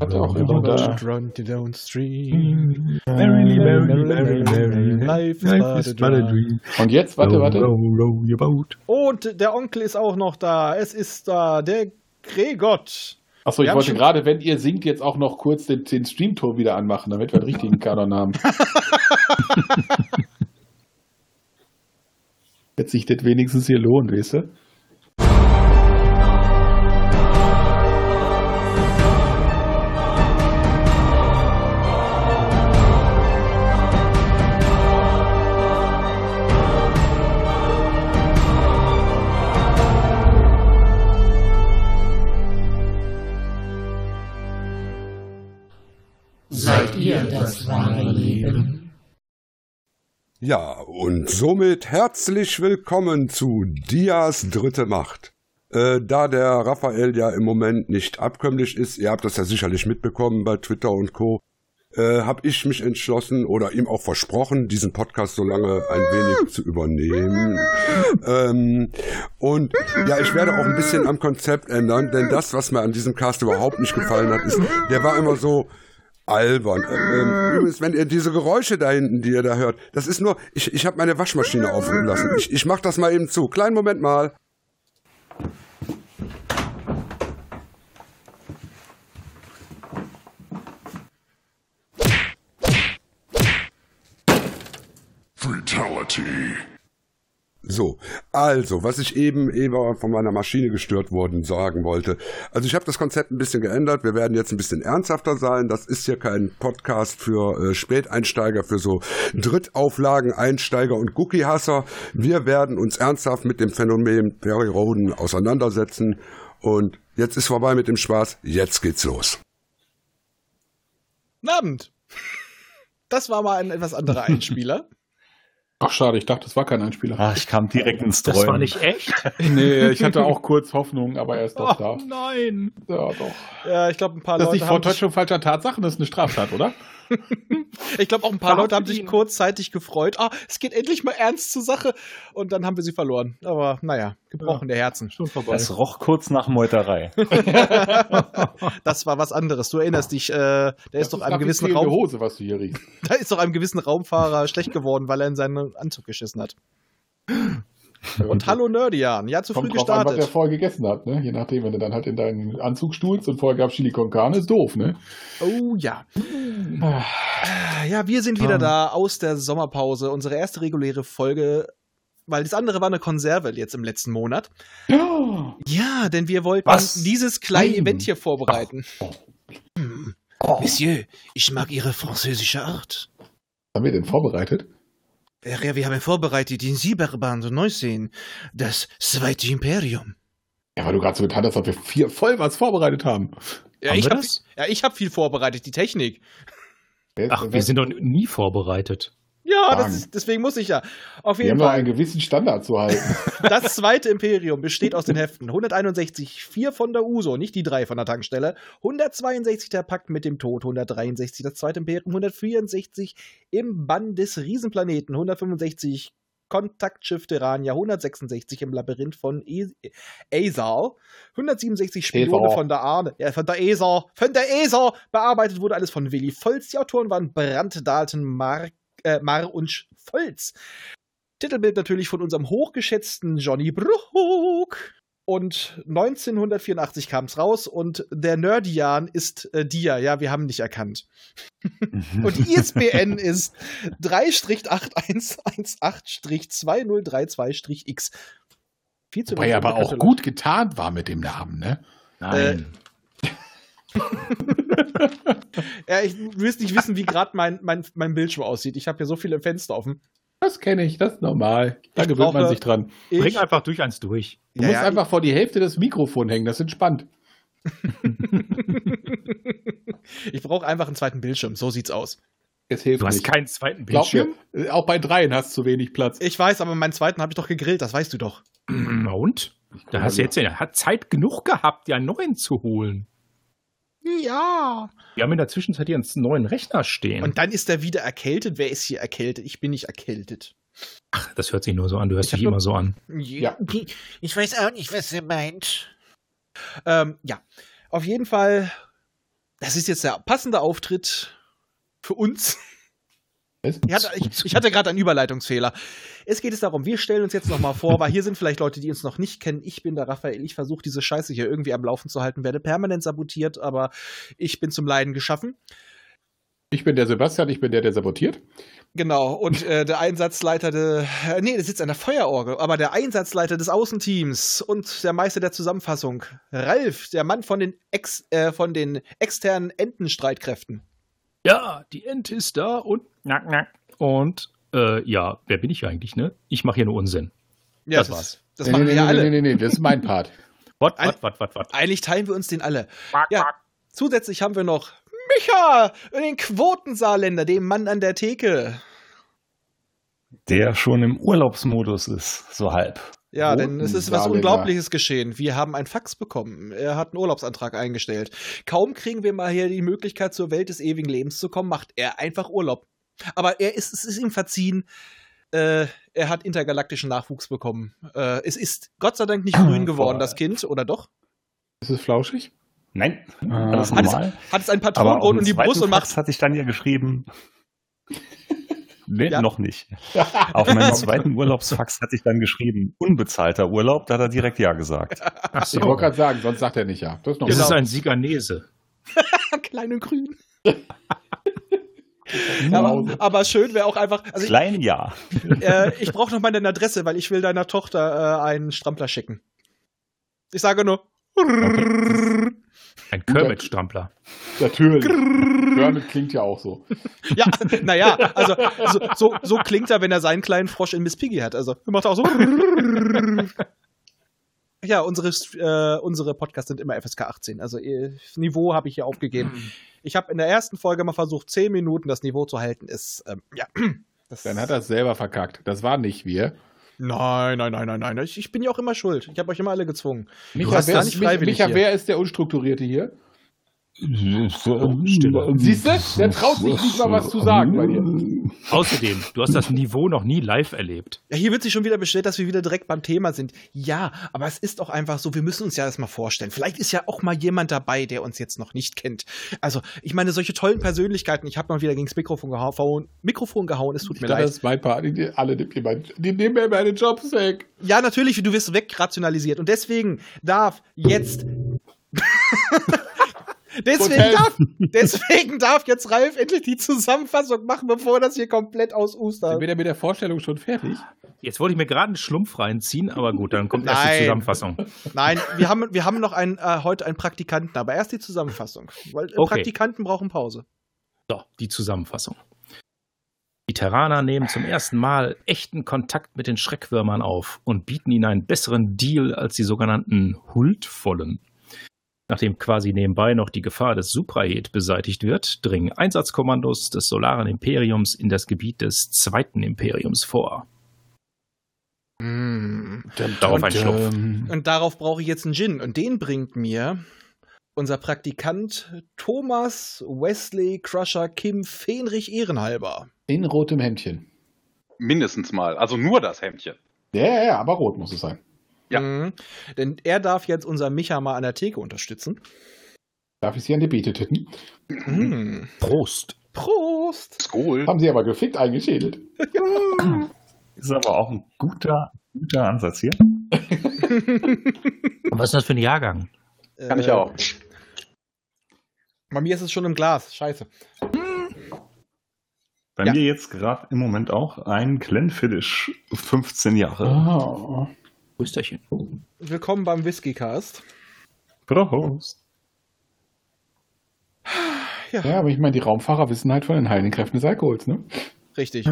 Hat er auch immer da. Run down Mhm. stream. Merrily, merrily, merrily, merrily, merrily, merrily. life Life is is but a dream. Und jetzt, warte, warte. Row, row your boat. Und der Onkel ist auch noch da. Es ist da der Gregott. Achso, Wir ich haben wollte schon- gerade, wenn ihr singt, jetzt auch noch kurz den, den Streamtor wieder anmachen, damit wir einen richtigen Kanon haben. Wird sich das wenigstens hier lohnt, weißt du? Seid ihr das wahre Leben? Ja, und somit herzlich willkommen zu Dias dritte Macht. Äh, da der Raphael ja im Moment nicht abkömmlich ist, ihr habt das ja sicherlich mitbekommen bei Twitter und Co., äh, habe ich mich entschlossen oder ihm auch versprochen, diesen Podcast so lange ein wenig zu übernehmen. Ähm, und ja, ich werde auch ein bisschen am Konzept ändern, denn das, was mir an diesem Cast überhaupt nicht gefallen hat, ist, der war immer so, albern. Ähm, übrigens, wenn ihr diese Geräusche da hinten, die ihr da hört, das ist nur, ich, ich habe meine Waschmaschine aufrufen lassen. Ich, ich mach das mal eben zu. Kleinen Moment mal. Fatality. So, also, was ich eben, eben von meiner Maschine gestört worden sagen wollte. Also ich habe das Konzept ein bisschen geändert. Wir werden jetzt ein bisschen ernsthafter sein. Das ist hier kein Podcast für äh, Späteinsteiger, für so Drittauflagen, Einsteiger und Cookie-Hasser. Wir werden uns ernsthaft mit dem Phänomen Perry Roden auseinandersetzen. Und jetzt ist vorbei mit dem Spaß. Jetzt geht's los. Guten Abend. Das war mal ein etwas anderer Einspieler. Ach, schade, ich dachte, das war kein Einspieler. Ah, ich kam direkt ins Das war Träumen. nicht echt? Nee, ich hatte auch kurz Hoffnung, aber er ist doch da. nein! Ja, doch. Oh, ja, ich glaube, ein paar Das ist nicht Leute haben sich, Vortäuschung falscher Tatsachen, das ist eine Straftat, oder? ich glaube auch ein paar Leute haben sich Verhaftet ihn. kurzzeitig gefreut. Ah, es geht endlich mal ernst zur Sache. Und dann haben wir sie verloren. Aber naja, gebrochen der Herzen. Schon vorbei. Das roch kurz nach Meuterei. Das war was anderes. Du erinnerst dich, äh, da Das ist doch ist einem nach wie gewissen fehlende Raum, Hose, was du hier riechst. da ist doch einem gewissen Raumfahrer schlecht geworden, weil er in seinen Anzug geschissen hat. Und hallo Nerdian, ja zu früh Kommt drauf an, was er gestartet. vorher gegessen hat, ne? Je nachdem, wenn du dann halt in deinen Anzug stuhlst und vorher gab Chili con Carne, ist doof, ne? Oh ja. Ah, Ja, wir sind wieder da aus der Sommerpause. Unsere erste reguläre Folge, weil das andere war eine Konserve jetzt im letzten Monat. Ja. Ja, denn wir wollten Was? dieses kleine Nein. Event hier vorbereiten. Hm. Monsieur, ich mag Ihre französische Art. Was haben wir denn vorbereitet? Ja, wir haben vorbereitet den Sieberband 19, das zweite Imperium. Ja, weil du gerade so getan hast, als ob wir vier voll was vorbereitet haben. Ja, Haben ich wir habe das? ja, ich hab viel vorbereitet, die Technik. Wer ist Ach, denn wir was? sind doch nie vorbereitet. Ja, das Wahnsinn. ist, deswegen muss ich ja. Auf Wir jeden haben doch Fall. einen gewissen Standard zu halten. Das zweite Imperium besteht aus den Heften 161, 4 von der USO, nicht die drei von der Tankstelle, 162 der Pakt mit dem Tod, 163 das zweite Imperium, 164 im Bann des Riesenplaneten, 165 Kontaktschiff Terrania, 166 im Labyrinth von e Aesar, 167 Spione Aesar. von der Arne, ja, von der Aesar, von der Aesar, bearbeitet wurde alles von Willi Volz, die Autoren waren Brandt, Dalton, Mar, äh, Mar und Sch- Volz. Titelbild natürlich von unserem hochgeschätzten Johnny Brook. Und 1984 kam es raus und der Nerdian ist äh, dir. Ja, wir haben dich erkannt. Mhm. Und äh, die ISBN ist 3-8118-2032-X. Viel zu Wobei er wenig aber auch Katalog. gut getan war mit dem Namen, ne? Nein. Ja, ich du wirst nicht wissen, wie gerade mein, mein, mein Bildschirm aussieht. Ich habe hier so viele Fenster offen. Das kenne ich, das ist normal. Da gewöhnt man brauche- sich dran. Ich, Bring einfach durch eins durch. Du Ja, musst ja, einfach vor die Hälfte des Mikrofon hängen, das ist entspannt. ich brauche einfach einen zweiten Bildschirm. So sieht's aus. Es hilft Du hast nicht. keinen zweiten Glaub Bildschirm. mir, äh, auch bei dreien hast du zu wenig Platz. Ich weiß, aber meinen zweiten habe ich doch gegrillt. Das weißt du doch. Na und? Da hast du jetzt ja hat Zeit genug gehabt, dir einen neuen zu holen. Ja. Wir haben in der Zwischenzeit hier einen neuen Rechner stehen. Und dann ist er wieder erkältet. Wer ist hier erkältet? Ich bin nicht erkältet. das hört sich nur so an, du hörst Ich hab dich immer so an. Ja. Ich weiß auch nicht, was er meint. Ähm, ja. Auf jeden Fall Das ist jetzt der passende Auftritt für uns. Es- Ich hatte, ich, ich hatte gerade einen Überleitungsfehler. Es geht es darum, wir stellen uns jetzt nochmal vor, weil hier sind vielleicht Leute, die uns noch nicht kennen. Ich bin der Raphael, ich versuche diese Scheiße hier irgendwie am Laufen zu halten, werde permanent sabotiert, aber ich bin zum Leiden geschaffen. Ich bin der Sebastian, ich bin der, der sabotiert. Genau, und äh, der Einsatzleiter de, äh, nee, der sitzt an der Feuerorgel, aber der Einsatzleiter des Außenteams und der Meister der Zusammenfassung, Ralf, der Mann von den, ex, äh, von den externen Entenstreitkräften. Ja, die Ente ist da und nack, nack. Und äh, ja, wer bin ich eigentlich, ne? Ich mache hier nur Unsinn. Ja, Das das, war's. Das machen nee, wir ja nee, alle. nee, nee, nee, das ist mein Part. Wat, Ein- wat, wat, wat, wat. Eigentlich teilen wir uns den alle. Ja, zusätzlich haben wir noch Micha, den Quotensaarländer, den Mann an der Theke. Der schon im Urlaubsmodus ist, so halb. Ja, denn es ist was Quotensaarländer. Unglaubliches geschehen. Wir haben einen Fax bekommen. Er hat einen Urlaubsantrag eingestellt. Kaum kriegen wir mal hier die Möglichkeit, zur Welt des ewigen Lebens zu kommen, macht er einfach Urlaub. Aber er ist, es ist ihm verziehen. Äh, er hat intergalaktischen Nachwuchs bekommen. Äh, es ist Gott sei Dank nicht grün geworden, boah. das Kind, oder doch? Ist es flauschig? Nein, alles hat es- normal. Hat es ein Aber Patronenrot im und die zweiten Brust und macht Fax hatte ich dann ja geschrieben. Nee, Ja. noch nicht. Auf meinem zweiten Urlaubsfax hatte ich dann geschrieben, unbezahlter Urlaub, da hat er direkt Ja gesagt. Also Ach so. Ich wollte gerade sagen, sonst sagt er nicht ja. Das ist noch Es Genau. ist ein Siganese. klein und grün. Genau. Aber, aber schön wäre auch einfach. Also ich, Klein Ja. äh, ich brauche noch mal deine Adresse, weil ich will deiner Tochter äh, einen Strampler schicken. Ich sage nur. Ein Kermit-Strampler. Natürlich. Kermit klingt ja auch so. Ja, naja, also so, so, so klingt er, wenn er seinen kleinen Frosch in Miss Piggy hat. Also er macht auch so. Ja, unsere, äh, unsere Podcasts sind immer FSK 18. Also ihr Niveau habe ich hier Hm. aufgegeben. Ich habe in der ersten Folge mal versucht, 10 Minuten das Niveau zu halten. Ist, ähm, ja. Das Dann hat er es selber verkackt. Das waren nicht wir. Nein, nein, nein, nein, nein. Ich, ich bin ja auch immer schuld. Ich habe euch immer alle gezwungen. Micha, hast wer, das ist, nicht freiwillig Micha hier. wer ist der Unstrukturierte hier? Oh, Stille. Siehst du? Der traut sich nicht mal was zu sagen bei dir. Außerdem, du hast das Niveau noch nie live erlebt. Ja, hier wird sich schon wieder bestellt, dass wir wieder direkt beim Thema sind. Ja, aber es ist auch einfach so, wir müssen uns ja das mal vorstellen. Vielleicht ist ja auch mal jemand dabei, der uns jetzt noch nicht kennt. Also, ich meine, solche tollen Persönlichkeiten, ich habe mal wieder gegen das Mikrofon gehauen, Mikrofon gehauen, es tut mir Ja, leid. Das ist mein Part. Die, alle nimmt jemand, die nehmen mir meine Jobs weg. Ja, natürlich, du wirst wegrationalisiert und deswegen darf jetzt. deswegen, Protest. darf, deswegen darf jetzt Ralf endlich die Zusammenfassung machen, bevor das hier komplett aus Uster. Dann wird er mit der Vorstellung schon fertig. Jetzt wollte ich mir gerade einen Schlumpf reinziehen, aber gut, dann kommt erst Nein. die Zusammenfassung. Nein, wir haben, wir haben noch einen, äh, heute einen Praktikanten, aber erst die Zusammenfassung. Weil äh, Okay. Praktikanten brauchen Pause. So, die Zusammenfassung. Die Terraner nehmen zum ersten Mal echten Kontakt mit den Schreckwürmern auf und bieten ihnen einen besseren Deal als die sogenannten Huldvollen. Nachdem quasi nebenbei noch die Gefahr des Suprahet beseitigt wird, dringen Einsatzkommandos des Solaren Imperiums in das Gebiet des Zweiten Imperiums vor. Darauf ein Schlupf. ähm, Und darauf brauche ich jetzt einen Gin. Und den bringt mir unser Praktikant Thomas Wesley Crusher Kim Fenrich Ehrenhalber. In rotem Hemdchen. Mindestens mal. Also nur das Hemdchen. Ja, ja, ja, aber rot muss es sein. Ja. Mhm. Denn er darf jetzt unser Micha mal an der Theke unterstützen. Darf ich Sie an die Beete titten? Mhm. Prost! Prost! Skol. Haben Sie aber gefickt eingeschädelt. Ist aber auch ein guter, guter Ansatz hier. Was ist das für ein Jahrgang? Kann ich auch. Bei mir ist es schon im Glas. Scheiße. Bei Ja. mir jetzt gerade im Moment auch ein Glenfiddich, 15 Jahre. Oh. Prösterchen. Willkommen beim Whiskycast. Prost. Ja, aber ich meine, die Raumfahrer wissen halt von den heilenden Kräften des Alkohols, ne? Richtig.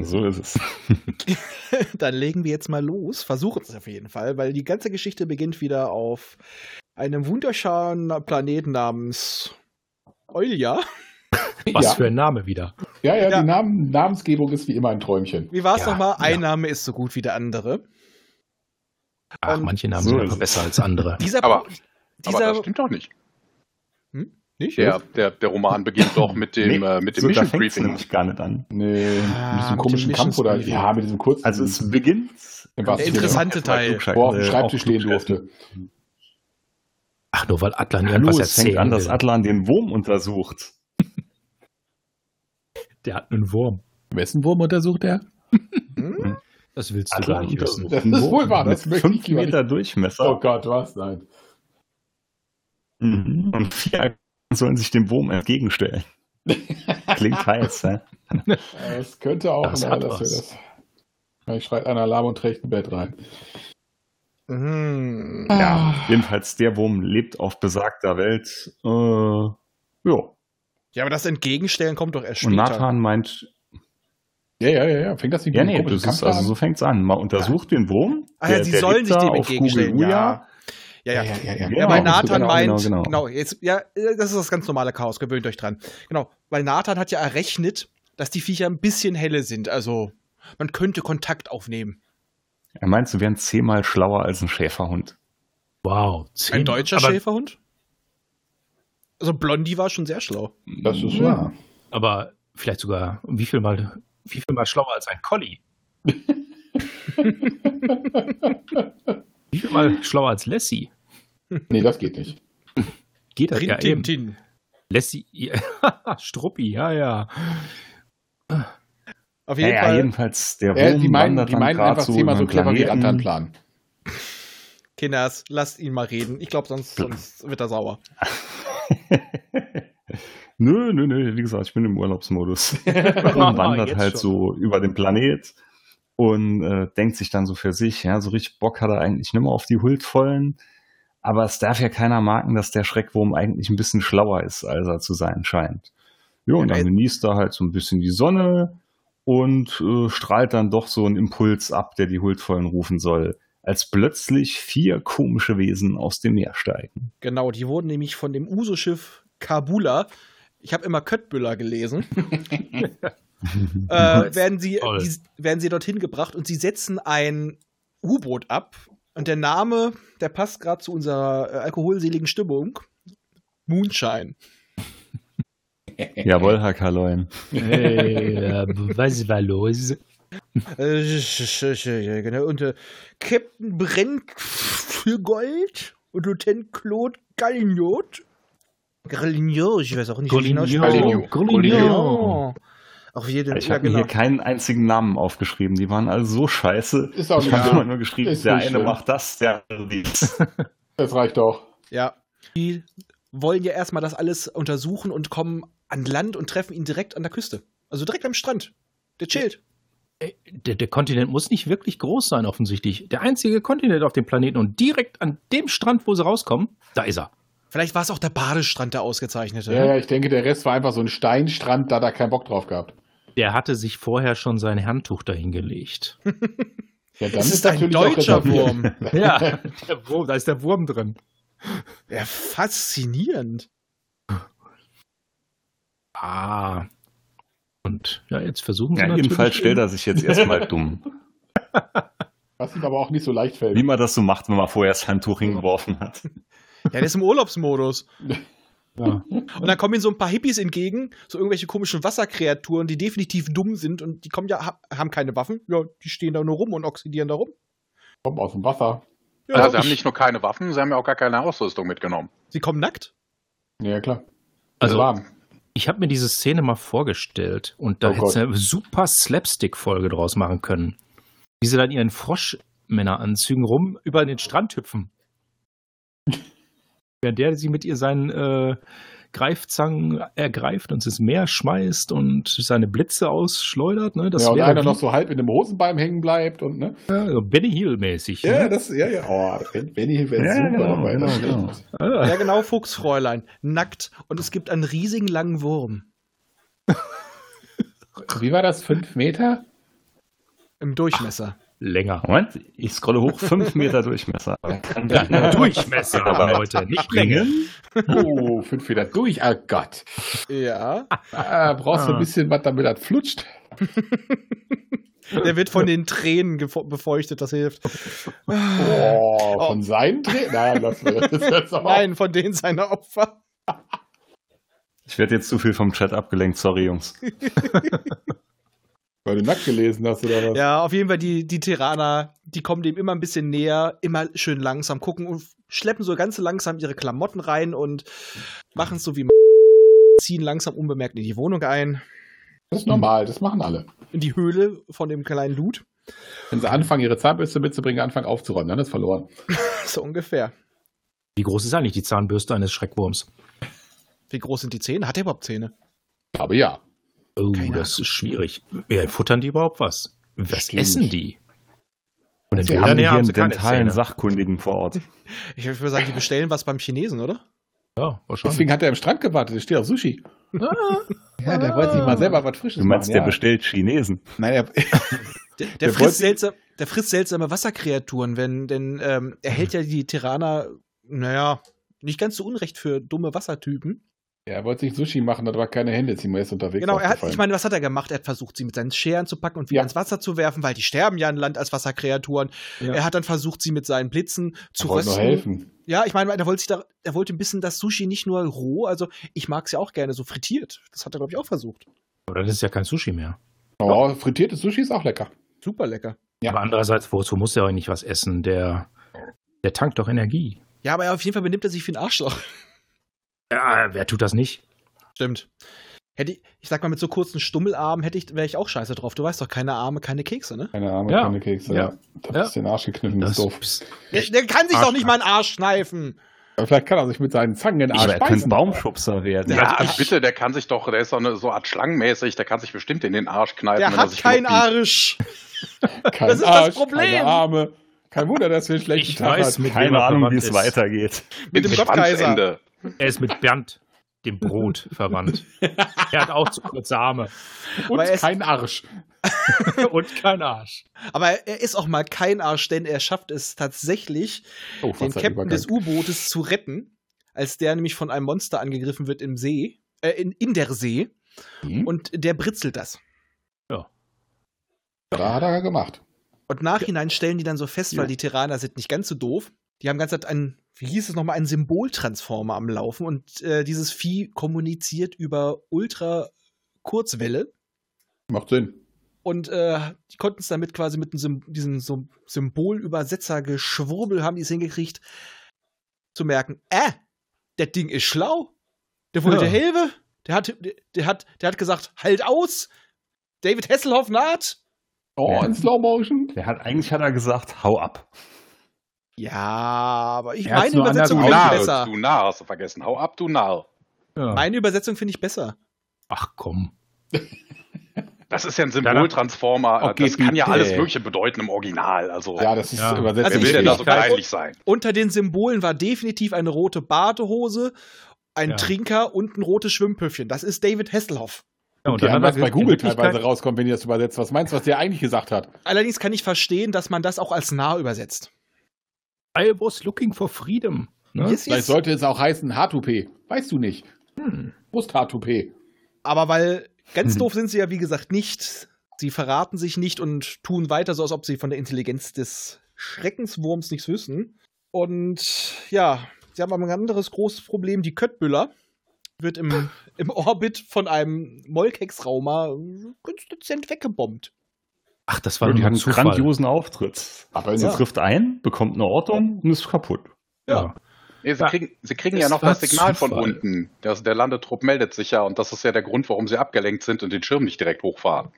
So ist es. Dann legen wir jetzt mal los. Versuchen es auf jeden Fall, weil die ganze Geschichte beginnt wieder auf einem wunderschönen Planeten namens Eulia. Was Ja. für ein Name wieder. Ja, ja, Ja. die Namen, Namensgebung ist wie immer ein Träumchen. Wie war es Ja, nochmal? ja. Ein Name ist so gut wie der andere. Ach, Und manche Namen so sind ist einfach es. besser als andere. Dieser Aber- Aber dieser das stimmt doch nicht. nicht? Der, der, der Roman beginnt doch mit dem, Nee, äh, mit dem so, da Mission fängt's Briefing. nämlich gar nicht an. Nee, mit Ah, diesem mit komischen dem Kampf oder. Missionsbriefing. Ja, mit diesem kurzen. Also es beginnt. Im wahrsten Der interessante Erstmal Teil. Klugscheißer- Boah, auf dem äh, Schreibtisch auch stehen Klugscheißer. durfte. Ach, nur weil Atlan Hallo, irgendwas es fängt erzählen an, dass will. Atlan den Wurm untersucht. Der hat einen Wurm. Wessen Wurm untersucht er? Das willst du Atlan gar nicht wissen. Das ist wohl wahr, das mit möchte ich fünf lieber Meter Oh Durchmesser Gott, was? Nein. Mhm. und vier Aktien sollen sich dem Wurm entgegenstellen. Klingt heiß, hä? Das könnte auch Das ein hat Anlass für was. das. Ich schreit einen Alarm und trägt ein Bett rein. Mhm. Ja, jedenfalls der Wurm lebt auf besagter Welt. Äh, ja. Ja, aber das Entgegenstellen kommt doch erst Und später. Nathan meint, Ja, ja, ja, ja. Fängt das nicht ja mit nee, einem das komischen ist, Kampf also so fängt's an. Man untersucht den Wurm. Ah ja, sie sollen lebt sich da dem auf entgegenstellen. Google Ja. Ja, ja. an? Ja, ja, ja. Ja, Ja, weil genau, Nathan genau, meint, genau, genau, genau. jetzt, ja, das ist das ganz normale Chaos, gewöhnt euch dran. Genau, weil Nathan hat ja errechnet, dass die Viecher ein bisschen helle sind, also man könnte Kontakt aufnehmen. Er meint, sie wären zehnmal schlauer als ein Schäferhund. Wow. Ein zehn- deutscher aber, Schäferhund? Also Blondie war schon sehr schlau. Das ist Ja. wahr. Aber vielleicht sogar, wie viel mal, wie viel mal schlauer als ein Collie? wie viel mal schlauer als Lassie? Nee, das geht nicht. Geht das Rin, ja tin, eben. tin. Lassie, Struppi, ja, ja. Auf Ja, jeden ja, Fall. jedenfalls der Wurm Äh, die meinen, wandert die dann meinen grad einfach so zehnmal über so Hm. den clever wie Planeten. Rantanplan. Kinders, lasst ihn mal reden. Ich glaube, sonst, sonst wird er sauer. nö, nö, nö, wie gesagt, ich bin im Urlaubsmodus. und wandert Jetzt halt schon. so über den Planet und äh, denkt sich dann so für sich, ja, so richtig Bock hat er eigentlich nimmer auf die Huldvollen. Aber es darf ja keiner merken, dass der Schreckwurm eigentlich ein bisschen schlauer ist, als er zu sein scheint. Ja, und Ja, dann weil- genießt er halt so ein bisschen die Sonne und äh, strahlt dann doch so einen Impuls ab, der die Huldvollen rufen soll, als plötzlich vier komische Wesen aus dem Meer steigen. Genau, die wurden nämlich von dem Uso-Schiff Kabula, ich habe immer Köttbüller gelesen, äh, werden, sie, Toll. die, werden sie dorthin gebracht und sie setzen ein U-Boot ab. Und der Name, der passt gerade zu unserer äh, alkoholseligen Stimmung. Moonshine. Jawohl, Herr Kaloin. Hey, äh, was war los? Äh, genau. Und äh, Captain brennt für Gold und Lieutenant Claude Gallignot. Gallignot, ich weiß auch nicht, wie ich ihn ausspreche. Gallignot. Golignon. Auf jeden Fall. genau. Ich habe mir hier keinen einzigen Namen aufgeschrieben. Die waren alle so scheiße. Ist auch ich nicht habe schlimm. immer nur geschrieben, Ist der nicht eine schlimm. macht das, der andere dies. Das reicht doch. Ja. Die wollen ja erstmal das alles untersuchen und kommen an Land und treffen ihn direkt an der Küste. Also direkt am Strand. Der chillt. Äh, der, der Kontinent muss nicht wirklich groß sein, offensichtlich. Der einzige Kontinent auf dem Planeten und direkt an dem Strand, wo sie rauskommen, da ist er. Vielleicht war es auch der Badestrand, der ausgezeichnete. Ja, ja, ich denke, der Rest war einfach so ein Steinstrand, da hat er keinen Bock drauf gehabt. Der hatte sich vorher schon sein Handtuch dahingelegt. Ja, dann Das ist ein natürlich auch deutscher reserviert. Wurm. Ja, der Wurm, da ist der Wurm drin. Ja, faszinierend. Ah. Und ja, jetzt versuchen sie Ja, natürlich. jedenfalls stellt er sich jetzt erstmal dumm. Was ihm aber auch nicht so leicht Wie fällt. man das so macht, wenn man vorher das Handtuch hingeworfen hat. Ja, der ist im Urlaubsmodus. Ja. Und dann kommen ihm so ein paar Hippies entgegen, so irgendwelche komischen Wasserkreaturen, die definitiv dumm sind und die kommen ja, ha- haben keine Waffen. Ja, die stehen da nur rum und oxidieren da rum. Kommt aus dem Wasser. Ja, Also, sie haben nicht nur keine Waffen, sie haben ja auch gar keine Ausrüstung mitgenommen. Sie kommen nackt. Ja, klar. Also, warm. Ich habe mir diese Szene mal vorgestellt und da Oh hätte es eine super Slapstick-Folge draus machen können. Wie sie dann ihren Froschmänneranzügen rum über den Strand hüpfen. Während der sie mit ihr seinen äh, Greifzangen ergreift und sie ins Meer schmeißt und seine Blitze ausschleudert. Ne? Das ja, und wäre einer wie- noch so halb in dem Hosenbein hängen bleibt und ne? ja, so Benny Hill-mäßig. ne? das, ja, ja. Oh, Benny wäre Ja, super genau, dabei. das genau, stimmt. genau. Ah, Ja, genau, Fuchsfräulein. Nackt. Und es gibt einen riesigen langen Wurm. Wie war das? Fünf Meter? Im Durchmesser. länger. Moment, ich scrolle hoch, fünf Meter Durchmesser. Kann ich nur Durchmesser, Aber- Leute, nicht Länge. springen? Oh, fünf Meter durch. Ah Gott. Ja. Ah, brauchst du Ah. ein bisschen was, damit das flutscht? Der wird von den Tränen gefo- befeuchtet, das hilft. Oh, Oh. von seinen Tränen? Nein, lass mir das jetzt auch. Nein, von denen seiner Opfer. Ich werde jetzt zu viel vom Chat abgelenkt, sorry Jungs. Weil du nackt gelesen hast oder was? Ja, auf jeden Fall die, die Terraner, die kommen dem immer ein bisschen näher, immer schön langsam gucken und schleppen so ganz langsam ihre Klamotten rein und machen es so wie ziehen langsam unbemerkt in die Wohnung ein, Das ist normal, das machen alle. in die Höhle von dem kleinen Dude, Wenn sie anfangen, ihre Zahnbürste mitzubringen, anfangen aufzuräumen, dann ist verloren. so ungefähr. Wie groß ist eigentlich die Zahnbürste eines Schreckwurms? Wie groß sind die Zähne? Hat er überhaupt Zähne? Aber ja, Oh, Keine das ist schwierig. Ja, futtern die überhaupt was? Was Stimmt. essen die? Und in Wir Wir Ja, haben Wäldern hier haben einen sie keine dentalen Zähne. Sachkundigen vor Ort. Ich würde sagen, die bestellen was beim Chinesen, oder? Ja, wahrscheinlich. deswegen hat er im Strand gewartet, da steht auch Sushi. Ja, der wollte sich mal selber was Frisches Du meinst, der machen. bestellt Chinesen. ja. Nein, er, Der, der, Der wollte- frisst, seltsam, der frisst seltsame Wasserkreaturen, wenn, denn ähm, er hält ja die Terraner, naja, nicht ganz so unrecht für dumme Wassertypen. er wollte sich Sushi machen, hat aber keine Hände, ziehen wir jetzt unterwegs. Genau, er hat, aufgefallen. ich meine, was hat er gemacht? Er hat versucht, sie mit seinen Scheren zu packen und wieder Ja. ins Wasser zu werfen, weil die sterben ja an Land als Wasserkreaturen. Ja. Er hat dann versucht, sie mit seinen Blitzen zu Er wollte nur rösten. helfen. Ja, ich meine, er wollte, sich da, er wollte ein bisschen das Sushi nicht nur roh, also ich mag es ja auch gerne so frittiert. Das hat er, glaube ich, auch versucht. Oder das ist ja kein Sushi mehr. Oh, frittiertes Sushi ist auch lecker. Super lecker. Ja. Aber andererseits, wozu muss der eigentlich was essen? Der, der tankt doch Energie. Ja, aber auf jeden Fall benimmt er sich wie ein Arschloch. Ja, wer tut das nicht? Stimmt. Hätte ich, ich sag mal, mit so kurzen Stummelarmen hätte ich, wäre ich auch scheiße drauf. Du weißt doch, keine Arme, keine Kekse, ne? Keine Arme, Ja. keine Kekse. Ja. Ja. Da bist du den Arsch gekniffen, das ist doof. bist- Der, der kann sich doch Arschloch. nicht mal einen Arsch schneifen. Aber vielleicht kann er sich mit seinen Zangen in den Aber Arsch er könnte beißen. Baumschubser werden. Ja, also, bitte, der kann sich doch, der ist so, eine, so Art schlangenmäßig, der kann sich bestimmt in den Arsch Halt kneifen. Der wenn er hat sich keinen genug bietet. Arsch. Kein Das ist das Arsch, Problem. Keine Arme. Kein Wunder, dass wir einen schlechten Ich Tag weiß, hatten. mit wem Keine er Ahnung, wie verwandt es ist. weitergeht. Mit dem Mit Gottkaiser. Schwanzende. Er ist mit Bernd, dem Brot, verwandt. Er hat auch zu kurze Arme Und Aber er ist- kein Arsch. und kein Arsch. Aber er ist auch mal kein Arsch, denn er schafft es tatsächlich, Oh, den Captain Wasserübergang. des U-Bootes zu retten, als der nämlich von einem Monster angegriffen wird im See, äh, in, in der See, Hm, und der britzelt das. Da hat er gemacht. Und nachhinein stellen die dann so fest, weil Ja. die Terraner sind nicht ganz so doof. Die haben ganz einen, wie hieß es nochmal, einen Symboltransformer am Laufen und äh, dieses Vieh kommuniziert über Ultra-Kurzwelle Macht Sinn. und äh, die konnten es damit quasi mit einem Sym diesem so Symbolübersetzer geschwurbel haben die es hingekriegt zu merken, äh, der Ding ist schlau, der wollte Ja. Hilfe, der hat, der, der hat, der hat gesagt, halt aus, David Hasselhoff naht. Oh, Ja. in Slow Motion. Der hat, eigentlich hat er gesagt, hau ab. Ja, aber ich Er hat's meine nur Übersetzung Du finde ich Narr, besser. du Narr, hast du vergessen. Hau ab, du Narr. Ja. Meine Übersetzung finde ich besser. Ach komm. Das ist ja ein dann- Symboltransformer. Okay, das kann ja bitte. alles Mögliche bedeuten im Original. Also, Ja, das ist Ja. übersetzt. wer Also will ich- denn da so Schwierigkeit. peinlich sein? Unter den Symbolen war definitiv eine rote Badehose, ein Ja. Trinker und ein rotes Schwimmpüffchen. Das ist David Hasselhoff. Ja, Und die haben, hat was er bei in Google Wirklichkeit- teilweise rauskommt, wenn ihr das übersetzt. Was meinst du, was der eigentlich gesagt hat? Allerdings kann ich verstehen, dass man das auch als nah übersetzt. I was looking for freedom. Ne? Yes, Vielleicht yes. sollte es auch heißen H2P. Weißt du nicht. Hm. Brust-H2P. Aber weil ganz Mhm. doof sind sie ja, wie gesagt, nicht. Sie verraten sich nicht und tun weiter so, als ob sie von der Intelligenz des Schreckenswurms nichts wissen. Und ja, sie haben aber ein anderes großes Problem. Die Köttbüller wird im, im Orbit von einem Molkex-Raumer ganz dezent weggebombt. Ach, das war Die nur hat ein einen Zufall. grandiosen Auftritt. Aber Sie ja. trifft ein, bekommt eine Ortung und ist kaputt. Ja. Nee, sie Ja. kriegen, sie kriegen Es ja noch war das Signal von Zufall. unten. Der, der Landetrupp meldet sich ja und das ist ja der Grund, warum sie abgelenkt sind und den Schirm nicht direkt hochfahren.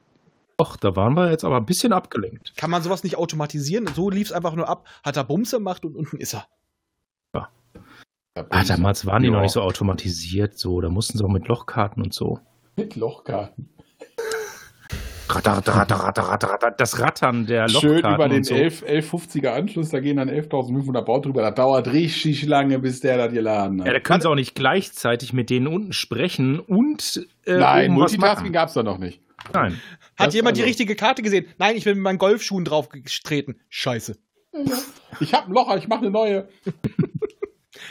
Och, da waren wir jetzt aber ein bisschen abgelenkt. Kann man sowas nicht automatisieren? So lief es einfach nur ab. Hat er Bumse gemacht und unten ist er. Ah, damals waren die Ja. noch nicht so automatisiert, so. Da mussten sie auch mit Lochkarten und so. Mit Lochkarten. Ratter, ratter, ratter, ratter, ratter, ratter. Das Rattern der Lochkarten. Schön über den und so. 11, 1150er Anschluss, da gehen dann 11.500 Baut drüber. Das dauert richtig lange, bis der das geladen hat. Ja, da können sie auch nicht gleichzeitig mit denen unten sprechen und äh, Nein, oben was Multitasking machen. gab es da noch nicht. Nein. Hat Das jemand die also- richtige Karte gesehen? Nein, ich bin mit meinen Golfschuhen draufgetreten. Scheiße. Ich habe ein Loch, ich mache eine neue.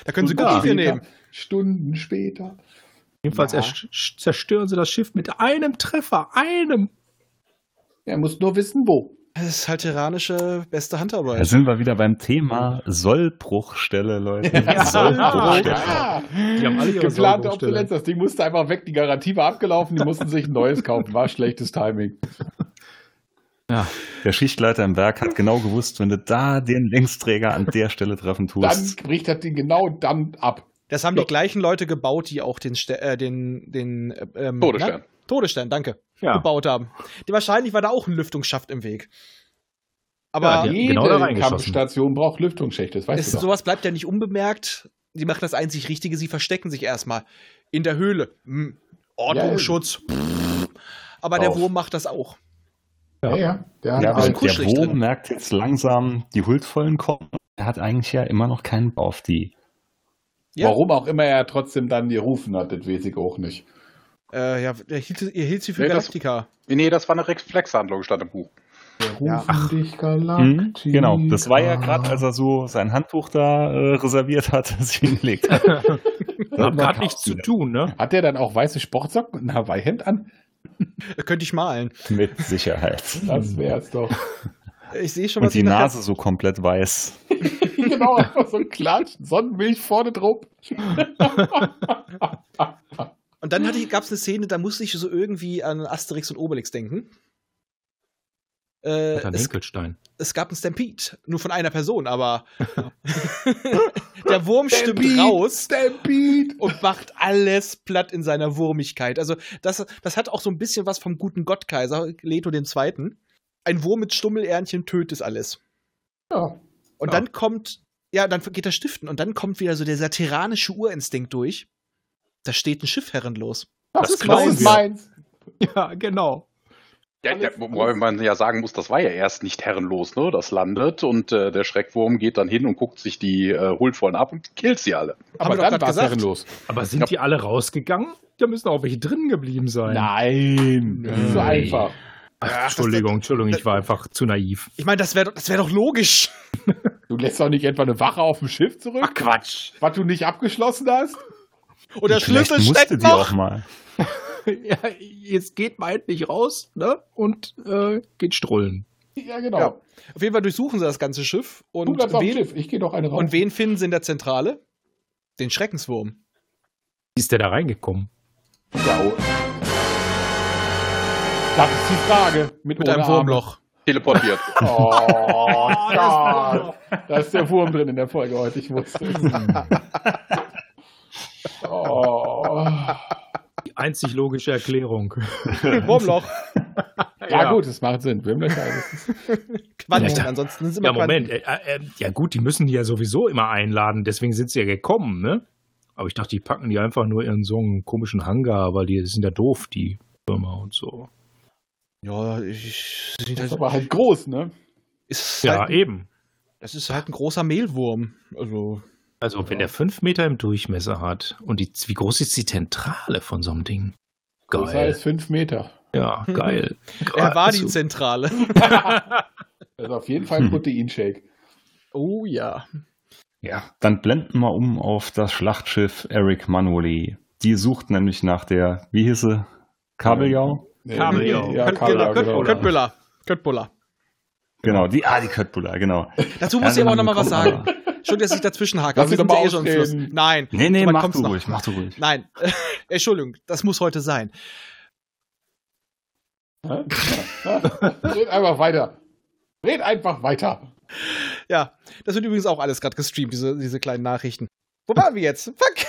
Da können sie Stunden Cookies später- nehmen. Stunden später. Jedenfalls Ja. ersch- zerstören sie das Schiff mit einem Treffer, einem. Er muss nur wissen, wo. Das ist halt tyrannische beste Da Handarbeit. sind wir wieder beim Thema Sollbruchstelle, Leute. Sollbruchstelle. Ah, Die haben alle ihre geplante Sollbruchstelle. Obsolenz. Das Ding musste einfach weg. Die Garantie war abgelaufen. Die mussten sich ein neues kaufen. War schlechtes Timing. Ja. Der Schichtleiter im Berg hat genau gewusst, wenn du da den Längsträger an der Stelle treffen Dann tust. bricht das Ding genau dann ab. Das haben die gleichen Leute gebaut, die auch den, Ste- äh, den, den äh, ähm, Todesstern. na? Todesstern, danke. Ja. Gebaut haben. Die, wahrscheinlich war da auch ein Lüftungsschaft im Weg. Aber Ja, die- Jede genau da reingeschossen. Kampfstation braucht Lüftungsschächte, das es, weißt du doch. sowas bleibt ja nicht unbemerkt. Die machen das einzig Richtige, sie verstecken sich erstmal. In der Höhle. Hm. Ordnungsschutz. Pff. Aber der Auf. Wurm macht das auch. ja, ja. Der hat Ja, bisschen aber der halt, kuschelig Wurm drin. merkt jetzt langsam, die Huldvollen kommen. Er hat eigentlich ja immer noch keinen Bock auf die. Ja. Warum auch immer er trotzdem dann gerufen hat, das weiß ich auch nicht. Äh, ja, er hielt, er hielt sie für Nee, das- Galactica. Nee, das war eine Reflexhandlung statt im Buch. Wir rufen dich Hm? Galactica. Genau, das war ja gerade, als er so sein Handtuch da äh, reserviert hat, das ihn gelegt hat. Hat gerade nichts zu tun, ne? Hat er dann auch weiße Sportsocken und ein Hawaii-Hemd an? Da Äh, könnte ich malen. Mit Sicherheit. Das wär's doch. Äh, Ich sehe schon, was Und die ich nachher- Nase so komplett weiß. genau, einfach so ein Klatsch. Sonnenmilch vorne drauf. Und dann gab es eine Szene, da musste ich so irgendwie an Asterix und Obelix denken. Äh, Hat einen es, Hinkelstein. es gab einen Stampede, nur von einer Person, aber der Wurm stimmt Stampede, raus Stampede. und macht alles platt in seiner Wurmigkeit. Also das, das hat auch so ein bisschen was vom guten Gottkaiser Leto II. Ein Wurm mit Stummelernchen tötet alles. Ja. Und Ja. dann kommt, ja, dann geht er stiften und dann kommt wieder so dieser tyrannische Urinstinkt durch. Da steht ein Schiff herrenlos. Das, Das ist meins. klauen Das ist wir. meins. Ja, genau. Ja, ja, Alles- wobei man ja sagen muss, das war ja erst nicht herrenlos, ne? Das landet und äh, der Schreckwurm geht dann hin und guckt sich die äh, Huldvollen ab und killt sie alle. Aber wir doch dann grad war's gesagt. herrenlos. Aber sind die alle rausgegangen? Da müssen auch welche drin geblieben sein. Nein, das ist so Nein. einfach. Ach, Entschuldigung, Entschuldigung, ich war einfach zu naiv. Ich meine, das wäre das wär doch logisch. Du lässt doch nicht etwa eine Wache auf dem Schiff zurück? Ach Quatsch. Was du nicht abgeschlossen hast? Und der Vielleicht Schlüssel musste steckt die auch noch. mal. Ja, jetzt geht man endlich raus, ne? Und äh, geht strollen. Ja, genau. Ja. Auf jeden Fall durchsuchen sie das ganze Schiff Du und bleibst auf dem wen, Schiff. Ich gehe doch eine raus. und wen finden sie in der Zentrale? Den Schreckenswurm. Wie ist der da reingekommen? Ja, oh. Das ist die Frage. Mit, Mit ohne einem Wurmloch. Teleportiert. Arme. Oh, Gott. Da ist der Wurm drin in der Folge heute, ich wusste es. oh. Die einzig logische Erklärung. Wurmloch. Ja, gut, das macht Sinn. Wurmlöcher. das ist- Quanten. Vielleicht- Ansonsten sind sie immer Ja, Moment. Quanten. Äh, äh, ja, gut, die müssen die ja sowieso immer einladen, deswegen sind sie ja gekommen, ne? Aber ich dachte, die packen die einfach nur in so einen komischen Hangar, weil die sind ja doof, die Firma und so. Ja, ich, ich, Das das, ist aber halt groß, ne? ist Ja, halt, eben. das ist halt ein großer Mehlwurm. Also, Also, wenn der fünf Meter im Durchmesser hat und die, wie groß ist die Zentrale von so einem Ding? Größer Geil. als fünf Meter. Ja, geil. Mhm. er war die Also, Zentrale. Das ist Also auf jeden Fall ein Proteinshake. Oh ja. Ja. Dann blenden wir um auf das Schlachtschiff Eric Manoli. Die sucht nämlich nach der, wie hieß sie? Kabeljau? Nee. Kabeljau. Ja, Kabeljau, genau. Köttbullar. Köttbüller. Köttbüller. Genau, die, ah, die Köttbullar, genau. Dazu muss Ja, ich aber auch dann nochmal was kommt sagen. Schon, dass ich dazwischen hake. Lass sie aber wir doch sind mal eh schon im Fluss. ausreden. Nein. Nee, nee, Man mach kommt's du noch. ruhig, mach du ruhig. Nein, Entschuldigung, das muss heute sein. Hä? Ja. Red einfach weiter. Red einfach weiter. Ja, das wird übrigens auch alles gerade gestreamt, diese, diese kleinen Nachrichten. Wo waren wir jetzt? Fuck!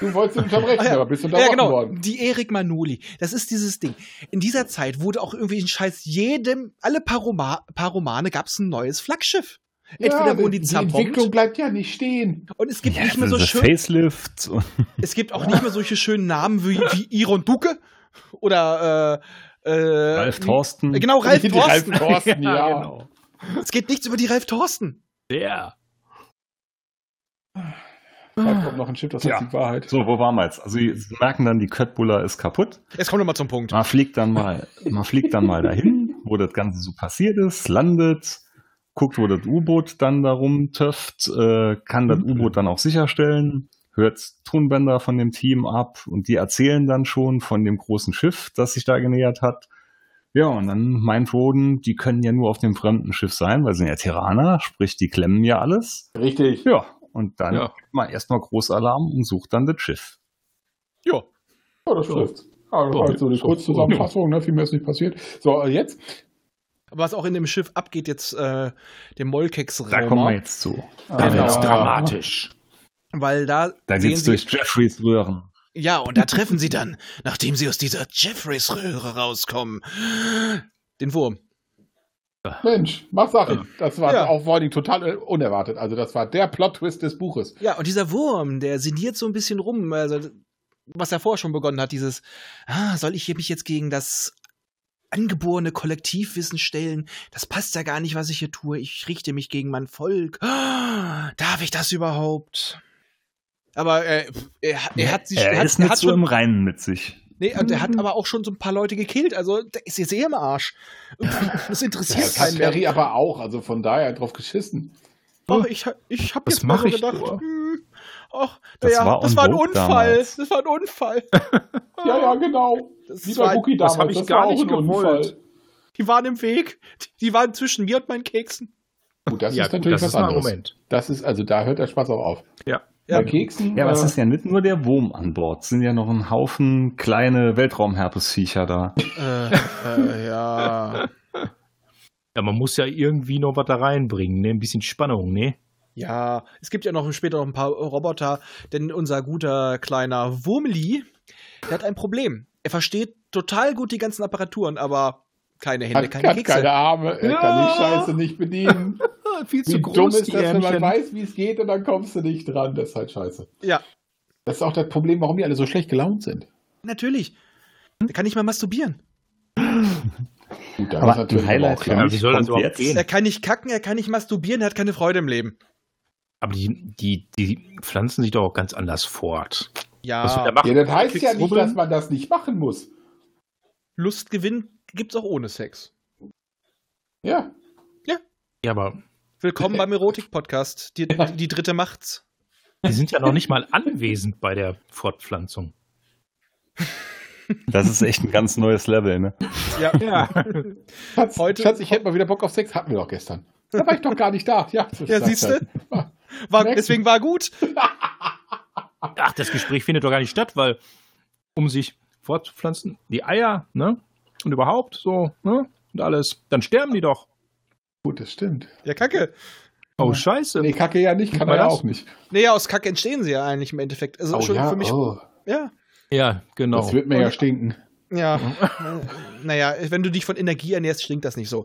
Du wolltest ihn unterbrechen, Ah, ja. aber bist Ja, unterbrochen genau. worden. Die Erik Manoli. Das ist dieses Ding. In dieser Zeit wurde auch irgendwie ein Scheiß jedem, alle paar, Roma, paar Romane gab es ein neues Flaggschiff. Entweder ja, wurden die die Entwicklung zerbombt bleibt ja nicht stehen. und es gibt Ja, nicht mehr so diese schön, Facelift und es gibt auch nicht mehr solche schönen Namen wie, wie Iron Duke oder äh, äh, Ralf wie- Thorsten. äh, Genau, Ralf Die Ralf Thorsten. Thorsten, ja. genau. Es geht nichts über die Ralf Thorsten. Der. Da kommt noch ein Schiff, das Ja. ist die Wahrheit. So, wo waren wir jetzt? Also, sie merken dann, die Köttbullar ist kaputt. Jetzt kommen wir mal zum Punkt. Man fliegt dann mal, man fliegt dann mal dahin, wo das Ganze so passiert ist, landet, guckt, wo das U-Boot dann darum töfft, äh, kann das U-Boot dann auch sicherstellen, hört Tonbänder von dem Team ab und die erzählen dann schon von dem großen Schiff, das sich da genähert hat. Ja, und dann meint Roden, die können ja nur auf dem fremden Schiff sein, weil sie sind ja Terraner, sprich, die klemmen ja alles. Richtig. Ja, und dann Ja. gibt man erstmal Großalarm und sucht dann das Schiff. Ja. Oh, Ja, das trifft. Ja, das war jetzt so Also, eine So. Kurzzusammenfassung, ne? viel mehr ist nicht passiert. So, äh, jetzt. Aber was auch in dem Schiff abgeht, jetzt äh, dem molkex Da kommen wir jetzt zu. Da Genau. wird's dramatisch. Weil da, Da sehen geht's sie- durch Jeffreys Röhren. Ja, und da treffen sie dann, nachdem sie aus dieser Jeffreys-Röhre rauskommen, den Wurm. Mensch, mach Sachen. Das war Ja. auch vor allem total äh, unerwartet. Also das war der Plot-Twist des Buches. Ja, und dieser Wurm, der sinniert so ein bisschen rum, also, was er vorher schon begonnen hat, dieses, ah, soll ich hier mich jetzt gegen das angeborene Kollektivwissen stellen? Das passt ja gar nicht, was ich hier tue. Ich richte mich gegen mein Volk. Ah, darf ich das überhaupt? Aber äh, er, er hat sie Er hat, ist nicht hat so schon, im Reinen mit sich. nee, und er hat aber auch schon so ein paar Leute gekillt. Also, der ist jetzt eh im Arsch. Das interessiert Das hat keinen mehr. Harry aber auch, also von daher drauf geschissen. Ach, ich, ha- ich habe Was jetzt mal mach so ich gedacht. nur? hm, Ach, Das naja, war das on war ein vogue Unfall. damals. Das war ein Unfall. Ah, Ja, ja, genau. Das Wie war, bei Wookie Ah. das damals. hab ich gar war auch nicht ein gewollt. Unfall. die waren im Weg. Die- Die waren zwischen mir und meinen Keksen. Gut, das Ja, ist gut, natürlich das was ist ein anderes. Argument. Das ist, also da hört der Spaß auch auf. Ja. Bei Ja. Keksen. Ja, aber es äh, ist ja nicht nur der Wurm an Bord. Es sind ja noch ein Haufen kleine Weltraumherpesviecher da. Äh, äh, ja. Ja, man muss ja irgendwie noch was da reinbringen, ne? Ein bisschen Spannung, ne? Ja, es gibt ja noch später noch ein paar Roboter, denn unser guter kleiner Wurmli, der hat ein Problem. Er versteht total gut die ganzen Apparaturen, aber keine Hände, hat, keine hat Kekse. keine Arme, er Ja. kann die Scheiße nicht bedienen. Viel Wie dumm ist das, wenn man weiß, wie es geht und dann kommst du nicht dran. Das ist halt scheiße. Ja, Das ist auch das Problem, warum die alle so schlecht gelaunt sind. natürlich. Der kann nicht mal masturbieren. Gut, da Aber ist natürlich ein Highlight auch für klar. mich Wie soll das kommt überhaupt jetzt. gehen? Er kann nicht kacken, er kann nicht masturbieren, er hat keine Freude im Leben. Aber die, die, die pflanzen sich doch auch ganz anders fort. Ja. Was will der machen? Ja, das heißt ja Kriegst nicht, Rubbeln? dass man das nicht machen muss. Lustgewinn gibt's auch ohne Sex. Ja, Ja, aber Willkommen beim Erotik-Podcast. Die, die dritte macht's. die sind ja noch nicht mal anwesend bei der Fortpflanzung. Das ist echt ein ganz neues Level, ne? Ja. Schatz, Heute- Schatz ich hätte mal wieder Bock auf Sex. Hatten wir doch gestern. Da war ich doch gar nicht da. Ja, Ja, siehst halt. du? Ah, War, deswegen war gut. Ach, das Gespräch findet doch gar nicht statt, weil um sich fortzupflanzen, die Eier, ne? Und überhaupt so, ne? Und alles. Dann sterben die doch. Gut, das stimmt. Ja, Kacke. Oh, scheiße. Nee, Kacke ja nicht, kann War man ja das? auch nicht. Naja, aus Kacke entstehen sie ja eigentlich im Endeffekt. Also schon ja, für mich. oh, Ja. Ja, genau. das wird mir ja stinken. Ja. naja, wenn du dich von Energie ernährst, stinkt das nicht so.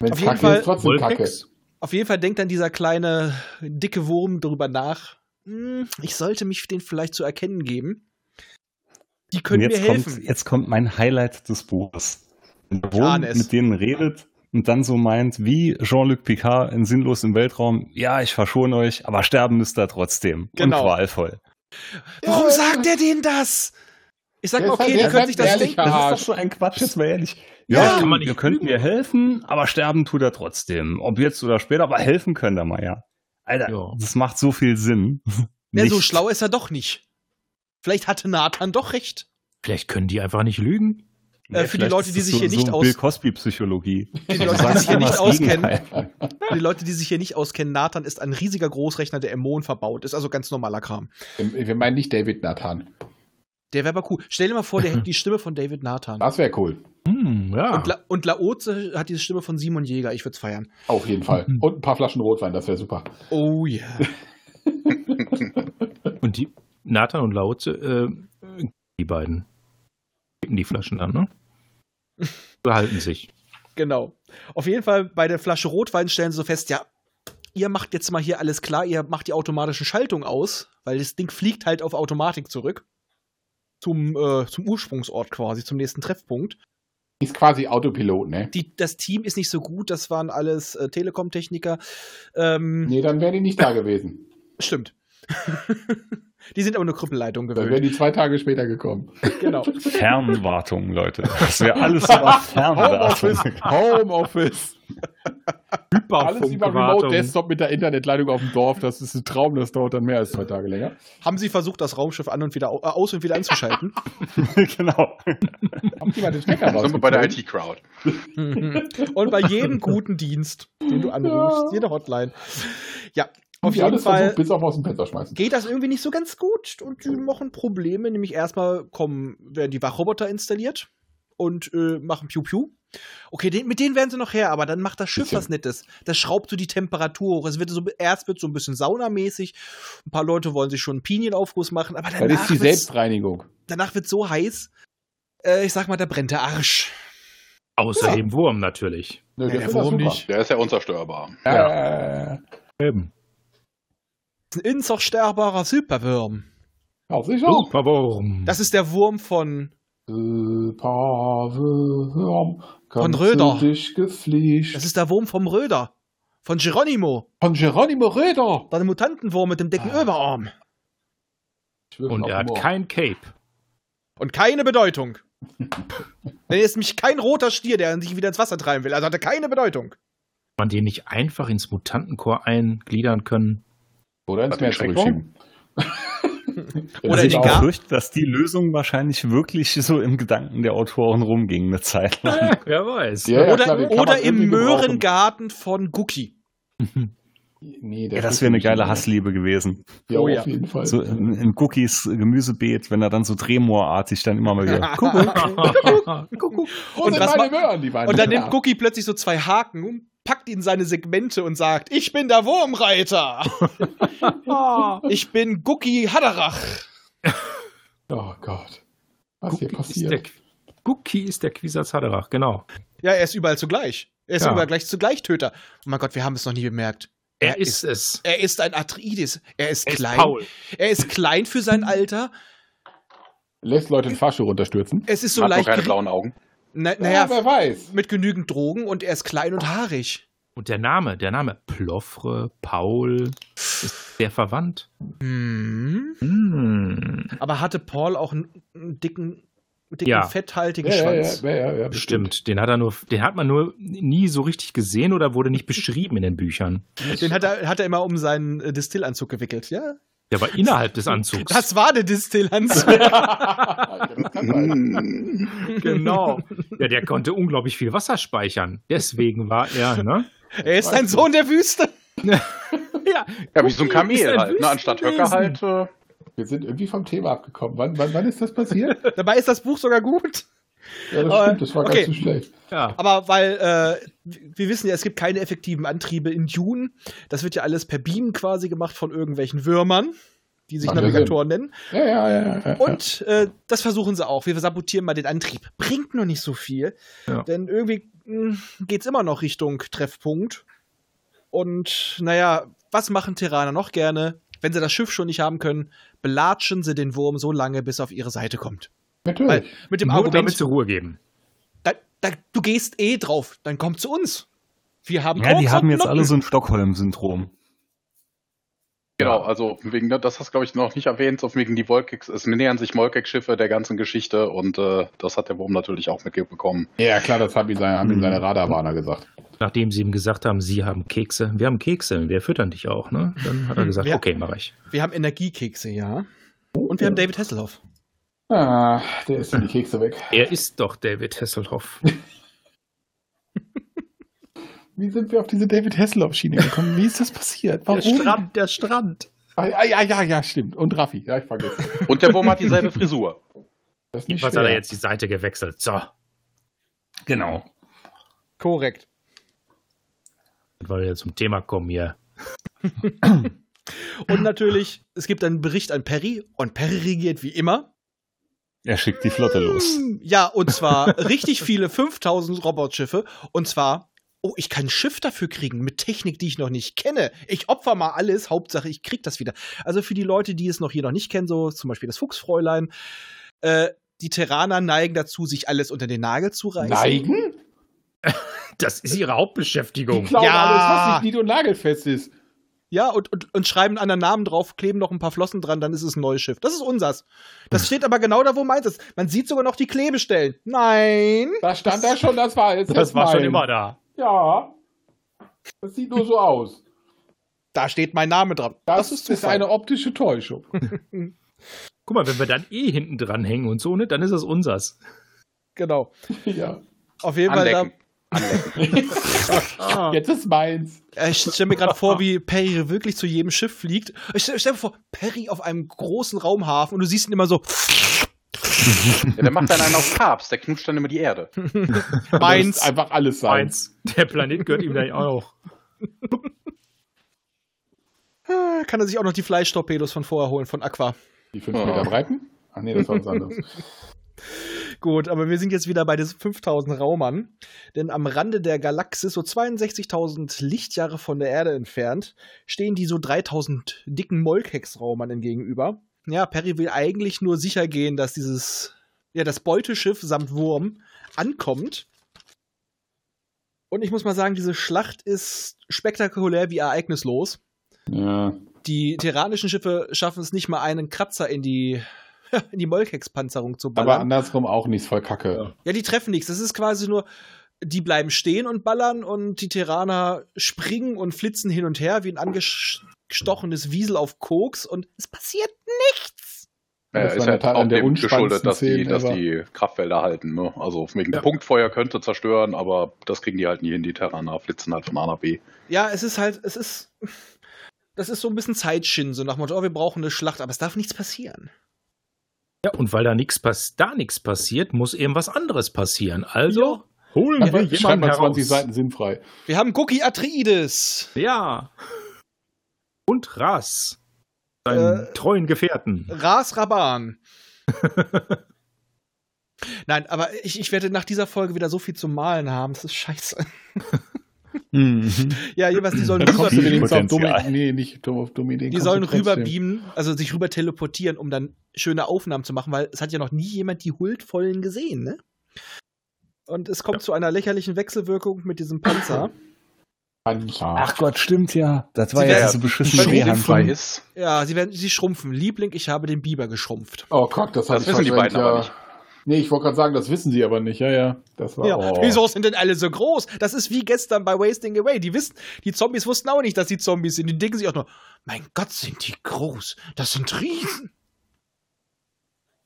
Wenn Auf es jeden Kacke Fall- ist, trotzdem Wolfex? Auf jeden Fall denkt dann dieser kleine, dicke Wurm drüber nach. Hm, ich sollte mich den vielleicht zu erkennen geben. Die können und mir jetzt helfen. Kommt, jetzt kommt mein Highlight des Buches. Wenn der Wurm ahne es. mit denen redet und dann so meint, wie Jean-Luc Picard in Sinnlos im Weltraum, ja, ich verschone euch, aber sterben müsst ihr trotzdem. Genau. Und qualvoll. Warum sagt er denen das? Ich sag Der mal, ist halt- der okay, die ist können halt sich das ehrlich, denken. ja. Das Arsch. ist doch schon ein Quatsch, jetzt mal ehrlich. Ja, stimmt, kann man nicht ihr könnt üben. mir helfen, aber sterben tut er trotzdem. Ob jetzt oder später, aber helfen könnt ihr mal, ja. Alter, Ja. das macht so viel Sinn. Na, so Nicht. schlau äh, ist er doch nicht. Vielleicht hatte Nathan doch recht. Vielleicht können die einfach nicht lügen. Ja, Äh, für die vielleicht Leute, ist die das sich so, hier so nicht aus- Bill Cosby-Psychologie. Also Die Du Leute, die sagst sich hier immer nicht das auskennen, Gegenteil. die Leute, die sich hier nicht auskennen, Nathan ist ein riesiger Großrechner, der im Mond verbaut ist, also ganz normaler Kram. Kacke. Ähm, Wir meinen nicht David Nathan. Der wäre aber cool. Stell dir mal vor, der hätte die Stimme von David Nathan. Ah. Das wäre cool. Hm, ja. Und, La und Laoze hat diese Stimme von Simon Jäger. Ich würde feiern. Auf jeden Fall. Und ein paar Flaschen Rotwein, das wäre super. Oh ja. Und die Nathan und Lautze, äh, die beiden geben die Flaschen an, ne? Behalten sich. Genau. Auf jeden Fall bei der Flasche Rotwein stellen sie so fest, ja, ihr macht jetzt mal hier alles klar, ihr macht die automatische Schaltung aus, weil das Ding fliegt halt auf Automatik zurück. Zum, äh, zum Ursprungsort quasi, zum nächsten Treffpunkt. Ist quasi Autopilot, ne? Die, das Team ist nicht so gut, das waren alles äh, Telekom-Techniker. Ähm, Nee, dann wären die nicht da gewesen. Stimmt. die sind aber nur Krüppelleitung Dann wären gewöhnt. die zwei Tage später gekommen. Genau. Fernwartung, Leute. Das wäre alles über Fernwartung. Homeoffice. Alles über Remote Funkwartung. Desktop mit der Internetleitung auf dem Dorf. Das ist ein Traum, das dauert dann mehr als zwei Tage länger. Haben sie versucht, das Raumschiff an und wieder au- äh, aus und wieder anzuschalten? genau. Haben die mal den Stecker Dann sind wir bei der rausgezogen? IT-Crowd. Mhm. und bei jedem guten Dienst, den du anrufst, Ja. jede Hotline. Ja, Haben auf die jeden alles Fall Versucht, bis auf aus dem Fenster schmeißen. geht das irgendwie nicht so ganz gut und die machen Probleme. Nämlich erstmal kommen, werden die Wachroboter installiert und äh, machen Piu Piu. Okay, den, mit denen werden sie noch her, aber dann macht das Schiff Bisschen. was Nettes. Das schraubt so die Temperatur hoch. Es wird so, erst wird so ein bisschen saunamäßig. Ein paar Leute wollen sich schon einen Pinienaufguss machen, aber Das ist danach die wird's, Selbstreinigung. danach wird's so heiß. Äh, ich sag mal, da brennt der Arsch. Außer dem Wurm natürlich. Nö, Ja, das ist warum doch super. nicht? Der ist ja unzerstörbar. Ja. Äh, Eben. Das ist ein unzerstörbarer Superwurm. auch sicher. Super Wurm. Das ist der Wurm von. Superwurm, Von kannst Röder. du Dich gefliegt. Das ist der Wurm vom Röder. Von Geronimo. von Geronimo Röder. Der Mutantenwurm mit dem dicken Ah. Überarm. Ich würfel und auf er hat Humor. kein Cape. Und keine Bedeutung. Denn er ist nämlich kein roter Stier, der sich wieder ins Wasser treiben will. Also hat er keine Bedeutung. Man den nicht einfach ins Mutantenchor eingliedern können. Oder ins Hat den Meer Schreck zurückschieben. Oder Das also ist ich den auch- Garten. befürchte, dass die Lösung wahrscheinlich wirklich so im Gedanken der Autoren rumging eine Zeit lang. Wer weiß. Ja, ja, oder klar, den kann oder man im irgendwie um gebrauchen. Möhrengarten von Gucki. Nee, Ja, der das ist wäre eine nicht geile so. Hassliebe gewesen. Ja, Oh, auf ja. jeden Fall. So im, im Cookies Gemüsebeet, wenn er dann so Drehmoorartig dann immer mal wieder. Guck, Wo Und sind was meine ma- Möhren, die waren Und dann da? nimmt Gucki plötzlich so zwei Haken und packt ihn seine Segmente und sagt, ich bin der Wurmreiter. Ah. ich bin Gucki Haderach. Oh Gott. Was Gucki hier ist, der, passiert. Gucki ist der Quisatz Haderach, genau. Ja, er ist überall zugleich. Er ist Ja. überall gleich zugleich Töter. Oh mein Gott, wir haben es noch nie bemerkt. Er ist es. Er ist ein Atreides. Er ist Er ist klein. Paul. er ist klein für sein Alter. Lässt Leute in Fasche runterstürzen. Es ist so So hat noch leicht. keine geri- blauen Augen. Na, Ja, naja, wer weiß. mit genügend Drogen und er ist klein und haarig. Und der Name, der Name Ploffre, Paul, ist der verwandt. Hm. Hm, Aber hatte Paul auch einen, einen dicken, dicken Ja. fetthaltigen Ja, ja, ja, Schwanz? ja, ja, ja, stimmt. Den hat er nur, den hat man nur nie so richtig gesehen oder wurde nicht beschrieben in den Büchern. Den hat er, hat er immer um seinen äh, Distillanzug gewickelt, ja? Der war innerhalb des Anzugs. Das war der Distillanzug. Hm. genau. Ja, der konnte unglaublich viel Wasser speichern. Deswegen war er, ne? er ist ein Sohn der Wüste. Ja, Ja, wie so ein Gucki ist Kamel ein halt. Ne? Anstatt Höcker halt. Wüstenwesen. Äh, Wir sind irgendwie vom Thema abgekommen. Wann, wann, wann ist das passiert? Dabei ist das Buch sogar gut. Ja, das Äh, stimmt, das war okay. ganz so schlecht. Ja. Aber weil äh, wir wissen ja, es gibt keine effektiven Antriebe in Dune. Das wird ja alles per Beam quasi gemacht von irgendwelchen Würmern, die sich Macht ja Navigatoren nennen. Ja, ja, ja, ja. ja. Und äh, das versuchen sie auch. Wir sabotieren mal den Antrieb. Bringt noch nicht so viel. Ja. Denn irgendwie mh, geht's immer noch Richtung Treffpunkt. Und naja, was machen Terraner noch gerne? Wenn sie das Schiff schon nicht haben können, belatschen sie den Wurm so lange, bis er auf ihre Seite kommt. Weil Natürlich. mit dem Nur damit Argument, zur Ruhe geben. da, da, du gehst eh drauf, dann komm zu uns. Wir haben Ja, die Augs haben und jetzt Noppen. alle so ein Stockholm-Syndrom. Genau, also wegen, ne, das hast du, glaube ich, noch nicht erwähnt, so wegen die Wolkex, es nähern sich Molkex-Schiffe der ganzen Geschichte und äh, das hat der Wurm natürlich auch mitbekommen. Ja, klar, das haben ihm seine, haben ihm seine Radarwarner gesagt. Nachdem sie ihm gesagt haben, sie haben Kekse. Wir haben Kekse, wir füttern dich auch, ne? Dann hat er gesagt, Ja. okay, mache ich. Wir haben Energiekekse, ja. Und wir haben David Hasselhoff. Ah, der ist in die Kekse weg. Er ist doch David Hasselhoff. Wie sind wir auf diese David Hasselhoff-Schiene gekommen? Wie ist das passiert? Warum? Strand, der Strand. Ah, ja, ja, ja, ja, stimmt. Und Raffi. Ja, ich vergesse. Und der Wurm hat dieselbe Frisur. Das ist nicht Was hat er schwer. jetzt die Seite gewechselt? So. Genau. Korrekt. Weil wir zum Thema kommen hier. Und natürlich, es gibt einen Bericht an Perry und Perry regiert wie immer. Er schickt die Flotte los. Ja, und zwar richtig viele 5000 Robotschiffe. Und zwar, oh, ich kann ein Schiff dafür kriegen mit Technik, die ich noch nicht kenne. Ich opfer mal alles, Hauptsache ich krieg das wieder. Also für die Leute, die es noch hier noch nicht kennen, so zum Beispiel das Fuchsfräulein, äh, die Terraner neigen dazu, sich alles unter den Nagel zu reißen. Neigen? Das ist ihre Die Hauptbeschäftigung. klauen Ja. alles, was nicht nied- und nagelfest ist. Ja, und, und, und schreiben einen anderen Namen drauf, kleben noch ein paar Flossen dran, dann ist es ein neues Schiff. Das ist unsers. Das steht aber genau da, wo meins ist. Man sieht sogar noch die Klebestellen. Nein. Da stand da schon, das war jetzt. Das jetzt war schon mein. immer da. Ja. Das sieht nur so aus. Da steht mein Name dran. Das, ist, eine optische Täuschung. Guck mal, wenn wir dann eh hinten dran hängen und so, ne, dann ist das unsers. Genau. ja. Auf jeden Fall, da, Anlecken. Anlecken. Jetzt ist meins. Äh, Ich stelle mir gerade vor, wie Perry wirklich zu jedem Schiff fliegt. Ich stelle stell mir vor, Perry auf einem großen Raumhafen und du siehst ihn immer so Ja, der macht dann einen auf Papst, der knutscht dann immer die Erde. Meins. Meins. Einfach alles sein. Eins. Der Planet gehört ihm ja auch. Ah, Kann er sich auch noch die Fleischtorpedos von vorher holen, von Aqua. Die fünf Oh. Meter breiten? Ach nee, das war was anderes. Gut, aber wir sind jetzt wieder bei des 5000 Raumern. Denn am Rande der Galaxis, so 62.000 Lichtjahre von der Erde entfernt, stehen die so 3000 dicken Molkex-Raumern gegenüber. Ja, Perry will eigentlich nur sicher gehen, dass dieses, ja, das Beuteschiff samt Wurm ankommt. Und ich muss mal sagen, diese Schlacht ist spektakulär wie ereignislos. ja. Die terranischen Schiffe schaffen es nicht mal einen Kratzer in die, in die Molkex-Panzerung zu Aber ballern. andersrum auch nicht, voll kacke. Ja. ja, die treffen nichts. Das ist quasi nur, die bleiben stehen und ballern und die Terraner springen und flitzen hin und her wie ein angestochenes Wiesel auf Koks und es passiert nichts. Das Ja, war ist in der ja Tat auch an der dem unspannendsten geschuldet, dass die, Szene dass ever. die Kraftfelder halten. Ne? Also wegen Ja. dem Punktfeuer könnte zerstören, aber das kriegen die halt nie hin. Die Terraner flitzen halt von A nach B. Ja, es ist halt, es ist, das ist so ein bisschen Zeitschin, so nach dem Motto, oh, wir brauchen eine Schlacht, aber es darf nichts passieren. Ja, und weil da nichts pass da nichts passiert, muss eben was anderes passieren. Also holen Aber wir jemanden scheinbar heraus. 20 Seiten sinnfrei. Wir haben Guki Atreides. Ja. Und Ras, seinen Äh, treuen Gefährten. Ras Raban. Nein, aber ich, ich werde nach dieser Folge wieder so viel zu malen haben. Das ist scheiße. Mhm. Ja, jeweils, die sollen Da rüber, kommst du wenigstens auf Dummy. Potenzial. Nee, nicht dumm auf Dummy. die sollen rüberbeamen, also sich rüber teleportieren, um dann schöne Aufnahmen zu machen, weil es hat ja noch nie jemand die Huldvollen gesehen, ne? Und es kommt zu einer lächerlichen Wechselwirkung mit diesem Panzer. Ach, Ach Gott, stimmt ja. Das war Sie ja werden- diese beschissene Wenn die Schwerhand. frei ist, ja, sie werden sie schrumpfen. Liebling, ich habe den Biber geschrumpft. oh Gott, das, hab Das ich wissen die verdrängt, beiden aber ja. nicht. Nee, ich wollte gerade sagen, das wissen sie aber nicht. Ja, ja. Das war. Ja, oh. wieso sind denn alle so groß? Das ist wie gestern bei Wasting Away. Die wissen, die Zombies wussten auch nicht, dass die Zombies sind. Die denken sich auch nur, mein Gott, sind die groß. Das sind Riesen.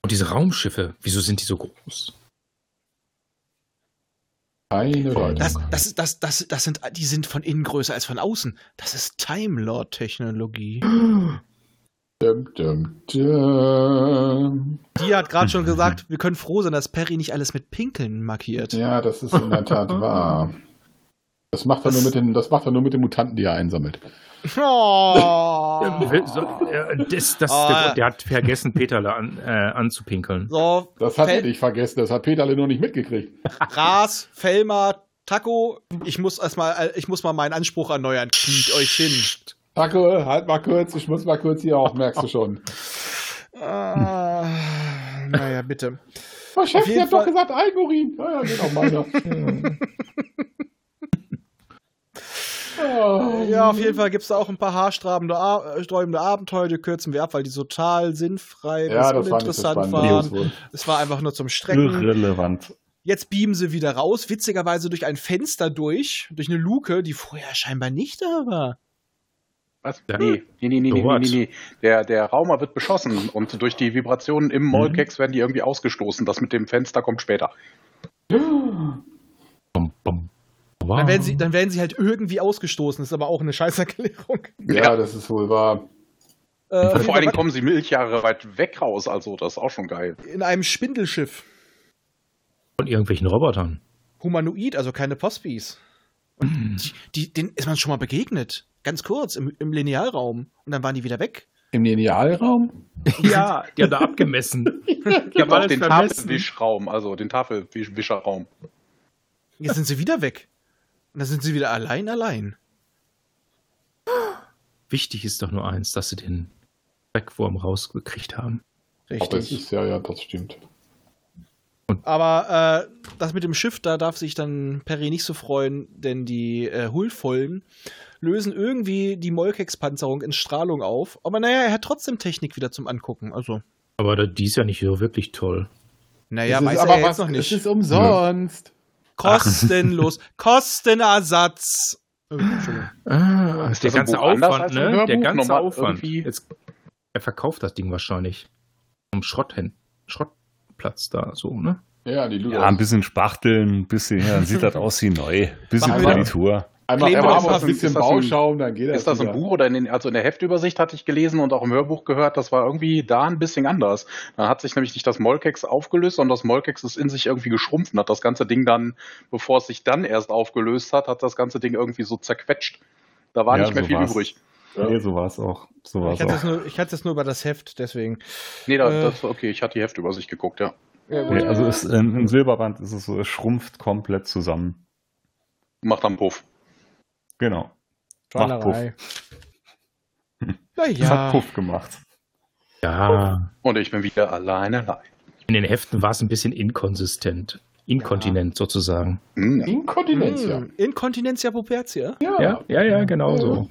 Und diese Raumschiffe, wieso sind die so groß? Keine Leute. Das, das, ist- das, das, das sind, die sind von innen größer als von außen. Das ist Time Lord Technologie. Dum, dum, dum. Die hat gerade Mhm. schon gesagt, wir können froh sein, dass Perry nicht alles mit Pinkeln markiert. Ja, das ist in der Tat wahr. Das macht, er nur mit den, das macht er nur mit den Mutanten, die er einsammelt. Oh. Ähm, so- äh, das, das, Ah. der, Oh. Grund, der hat vergessen, Peterle an, äh, anzupinkeln. So, Das hat er Fell- nicht vergessen, das hat Peterle nur nicht mitgekriegt. Gras, Felmer, Taco. Ich muss erstmal, äh, ich muss mal meinen Anspruch erneuern. Kniet euch hin. Taco, halt mal kurz, ich muss mal kurz hier auch, merkst du schon. Ah, naja, bitte. Oh, Chef, Auf jeden ihr habt doch Fall- gesagt Algorithm. Ja, ja, geht auch meiner. oh, Ja, auf jeden Fall gibt es da auch ein paar haarsträubende Ab- äh, sträubende Abenteuer, die kürzen wir ab, weil die total sinnfrei bis ja, das war nicht so uninteressant spannend. waren. Nirgendwo. Es war einfach nur zum Strecken. Irrelevant. Jetzt beamen sie wieder raus, witzigerweise durch ein Fenster durch, durch eine Luke, die vorher scheinbar nicht da war. Was? Ja. Nee, nee, nee, nee, So nee, nee, what? nee, nee. Der, der Raumer wird beschossen und durch die Vibrationen Mhm. im Molkex werden die irgendwie ausgestoßen. Das mit dem Fenster kommt später. Bum, bum. Dann, werden Ah. sie, dann werden sie halt irgendwie ausgestoßen, ist aber auch eine Scheißerklärung. Ja, das ist wohl wahr. Äh, auf jeden Vor allen Dingen Fall kommen sie Milchjahre weit weg raus, also das ist auch schon geil. in einem Spindelschiff. Von irgendwelchen Robotern. Humanoid, also keine Postbis. Hm. Und die, die, denen ist man schon mal begegnet. Ganz kurz, im, im Linealraum. Und dann waren die wieder weg. Im Linealraum? Ja, die haben da abgemessen. Ich habe auch alles den vermessen. Tafelwischraum, also den Tafelwischerraum. Jetzt sind sie wieder weg. Und dann sind sie wieder allein, allein. Wichtig ist doch nur eins, dass sie den Wegwurm rausgekriegt haben. Ach, das ist, ja, ja, das stimmt. Aber äh, das mit dem Schiff, da darf sich dann Perry nicht so freuen, denn die äh, Hull-Folgen lösen irgendwie die Molkex-Panzerung in Strahlung auf. Aber naja, er hat trotzdem Technik wieder zum Angucken. Also, Aber da- die ist ja nicht so wirklich toll. naja, Es ist weiß er ja jetzt noch Es ist nicht. umsonst. Kostenlos. Kostenersatz. Äh, Entschuldigung. Ah, ist der das ein ganze Buch anders Aufwand, als ein ne? Hörbuch? Der ganze Nochmal Aufwand. irgendwie- Jetzt, er verkauft das Ding wahrscheinlich. Am Schrott hin. Schrottplatz da, so, ne? Ja, die Luder. Ja, ein bisschen spachteln, ein bisschen, ja, dann sieht das aus wie neu. Ein bisschen Machen wir- Politur. Einmal Kleber Farbe ist und das- ein bisschen ist das ein- Bauschaum, dann geht das. Ist das im wieder. Buch oder in den, also in der Heftübersicht hatte ich gelesen und auch im Hörbuch gehört, das war irgendwie da ein bisschen anders. Dann hat sich nämlich nicht das Molkex aufgelöst, sondern das Molkex ist in sich irgendwie geschrumpft und hat das ganze Ding dann, bevor es sich dann erst aufgelöst hat, hat das ganze Ding irgendwie so zerquetscht. Da war Ja, nicht mehr so viel war's. übrig. Nee, so war es auch. So war's Ich hatte, es auch. nur, ich hatte es nur über das Heft, deswegen. Nee, da, Äh. das, okay, ich hatte die Heftübersicht geguckt, ja. Ja, gut. Nee, also ist, ähm, im Silberband ist es so, es schrumpft komplett zusammen. Macht am Puff. Genau. Schweinerei. Es hat Naja. Puff gemacht. Ja, Und ich bin wieder alleine. allein. in den Heften war es ein bisschen inkonsistent. Inkontinent sozusagen. Hm, ja. Inkontinenz, ja. Hm, Inkontinentia pubertia. Ja, ja, ja, genau so.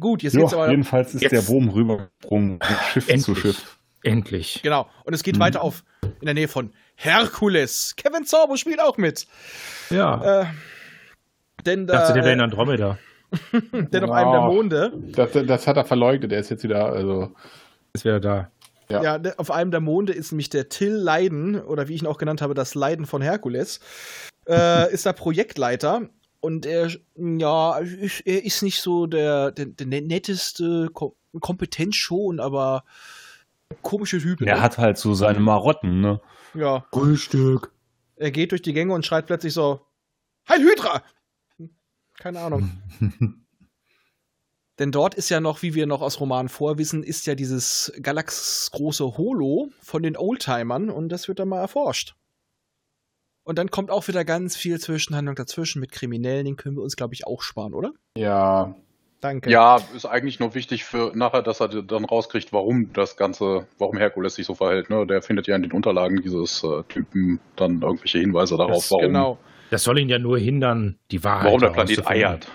Gut, jetzt geht's Jo, aber. jedenfalls ist Jetzt- der Boom rübergesprungen, von Schiff zu Endlich. Schiff. Endlich. Genau. Und es geht weiter auf in der Nähe von Herkules. Kevin Sorbo spielt auch mit. Ja. Äh, denn ich da, dachte, der wäre in äh, Andromeda. denn auf einem der Monde, Das, das hat er verleugnet, er ist jetzt wieder, also. Ist wieder da. Ja. ja. ne, auf einem der Monde ist nämlich der Till Leiden, oder wie ich ihn auch genannt habe, das Leiden von Herkules, äh, ist da Projektleiter und er, ja, ist- er ist nicht so der, der, der netteste, kom kompetent schon, aber komische Typen. Der hat halt so seine Marotten, ne? ja. Frühstück. Er geht durch die Gänge und schreit plötzlich so: Heil Hydra! Keine Ahnung. Denn dort ist ja noch, wie wir noch aus Roman vorwissen, ist ja dieses Galax große Holo von den Oldtimern und das wird dann mal erforscht. Und dann kommt auch wieder ganz viel Zwischenhandlung dazwischen mit Kriminellen, den können wir uns, glaube ich, auch sparen, oder? Ja, Danke. ja, ist eigentlich nur wichtig für nachher, dass er dann rauskriegt, warum das Ganze, warum Herkules sich so verhält. Ne? Der findet ja in den Unterlagen dieses äh, Typen dann irgendwelche Hinweise darauf, Das- warum, Genau, Das soll ihn ja nur hindern, die Wahrheit. warum der Planet herauszufinden. eiert.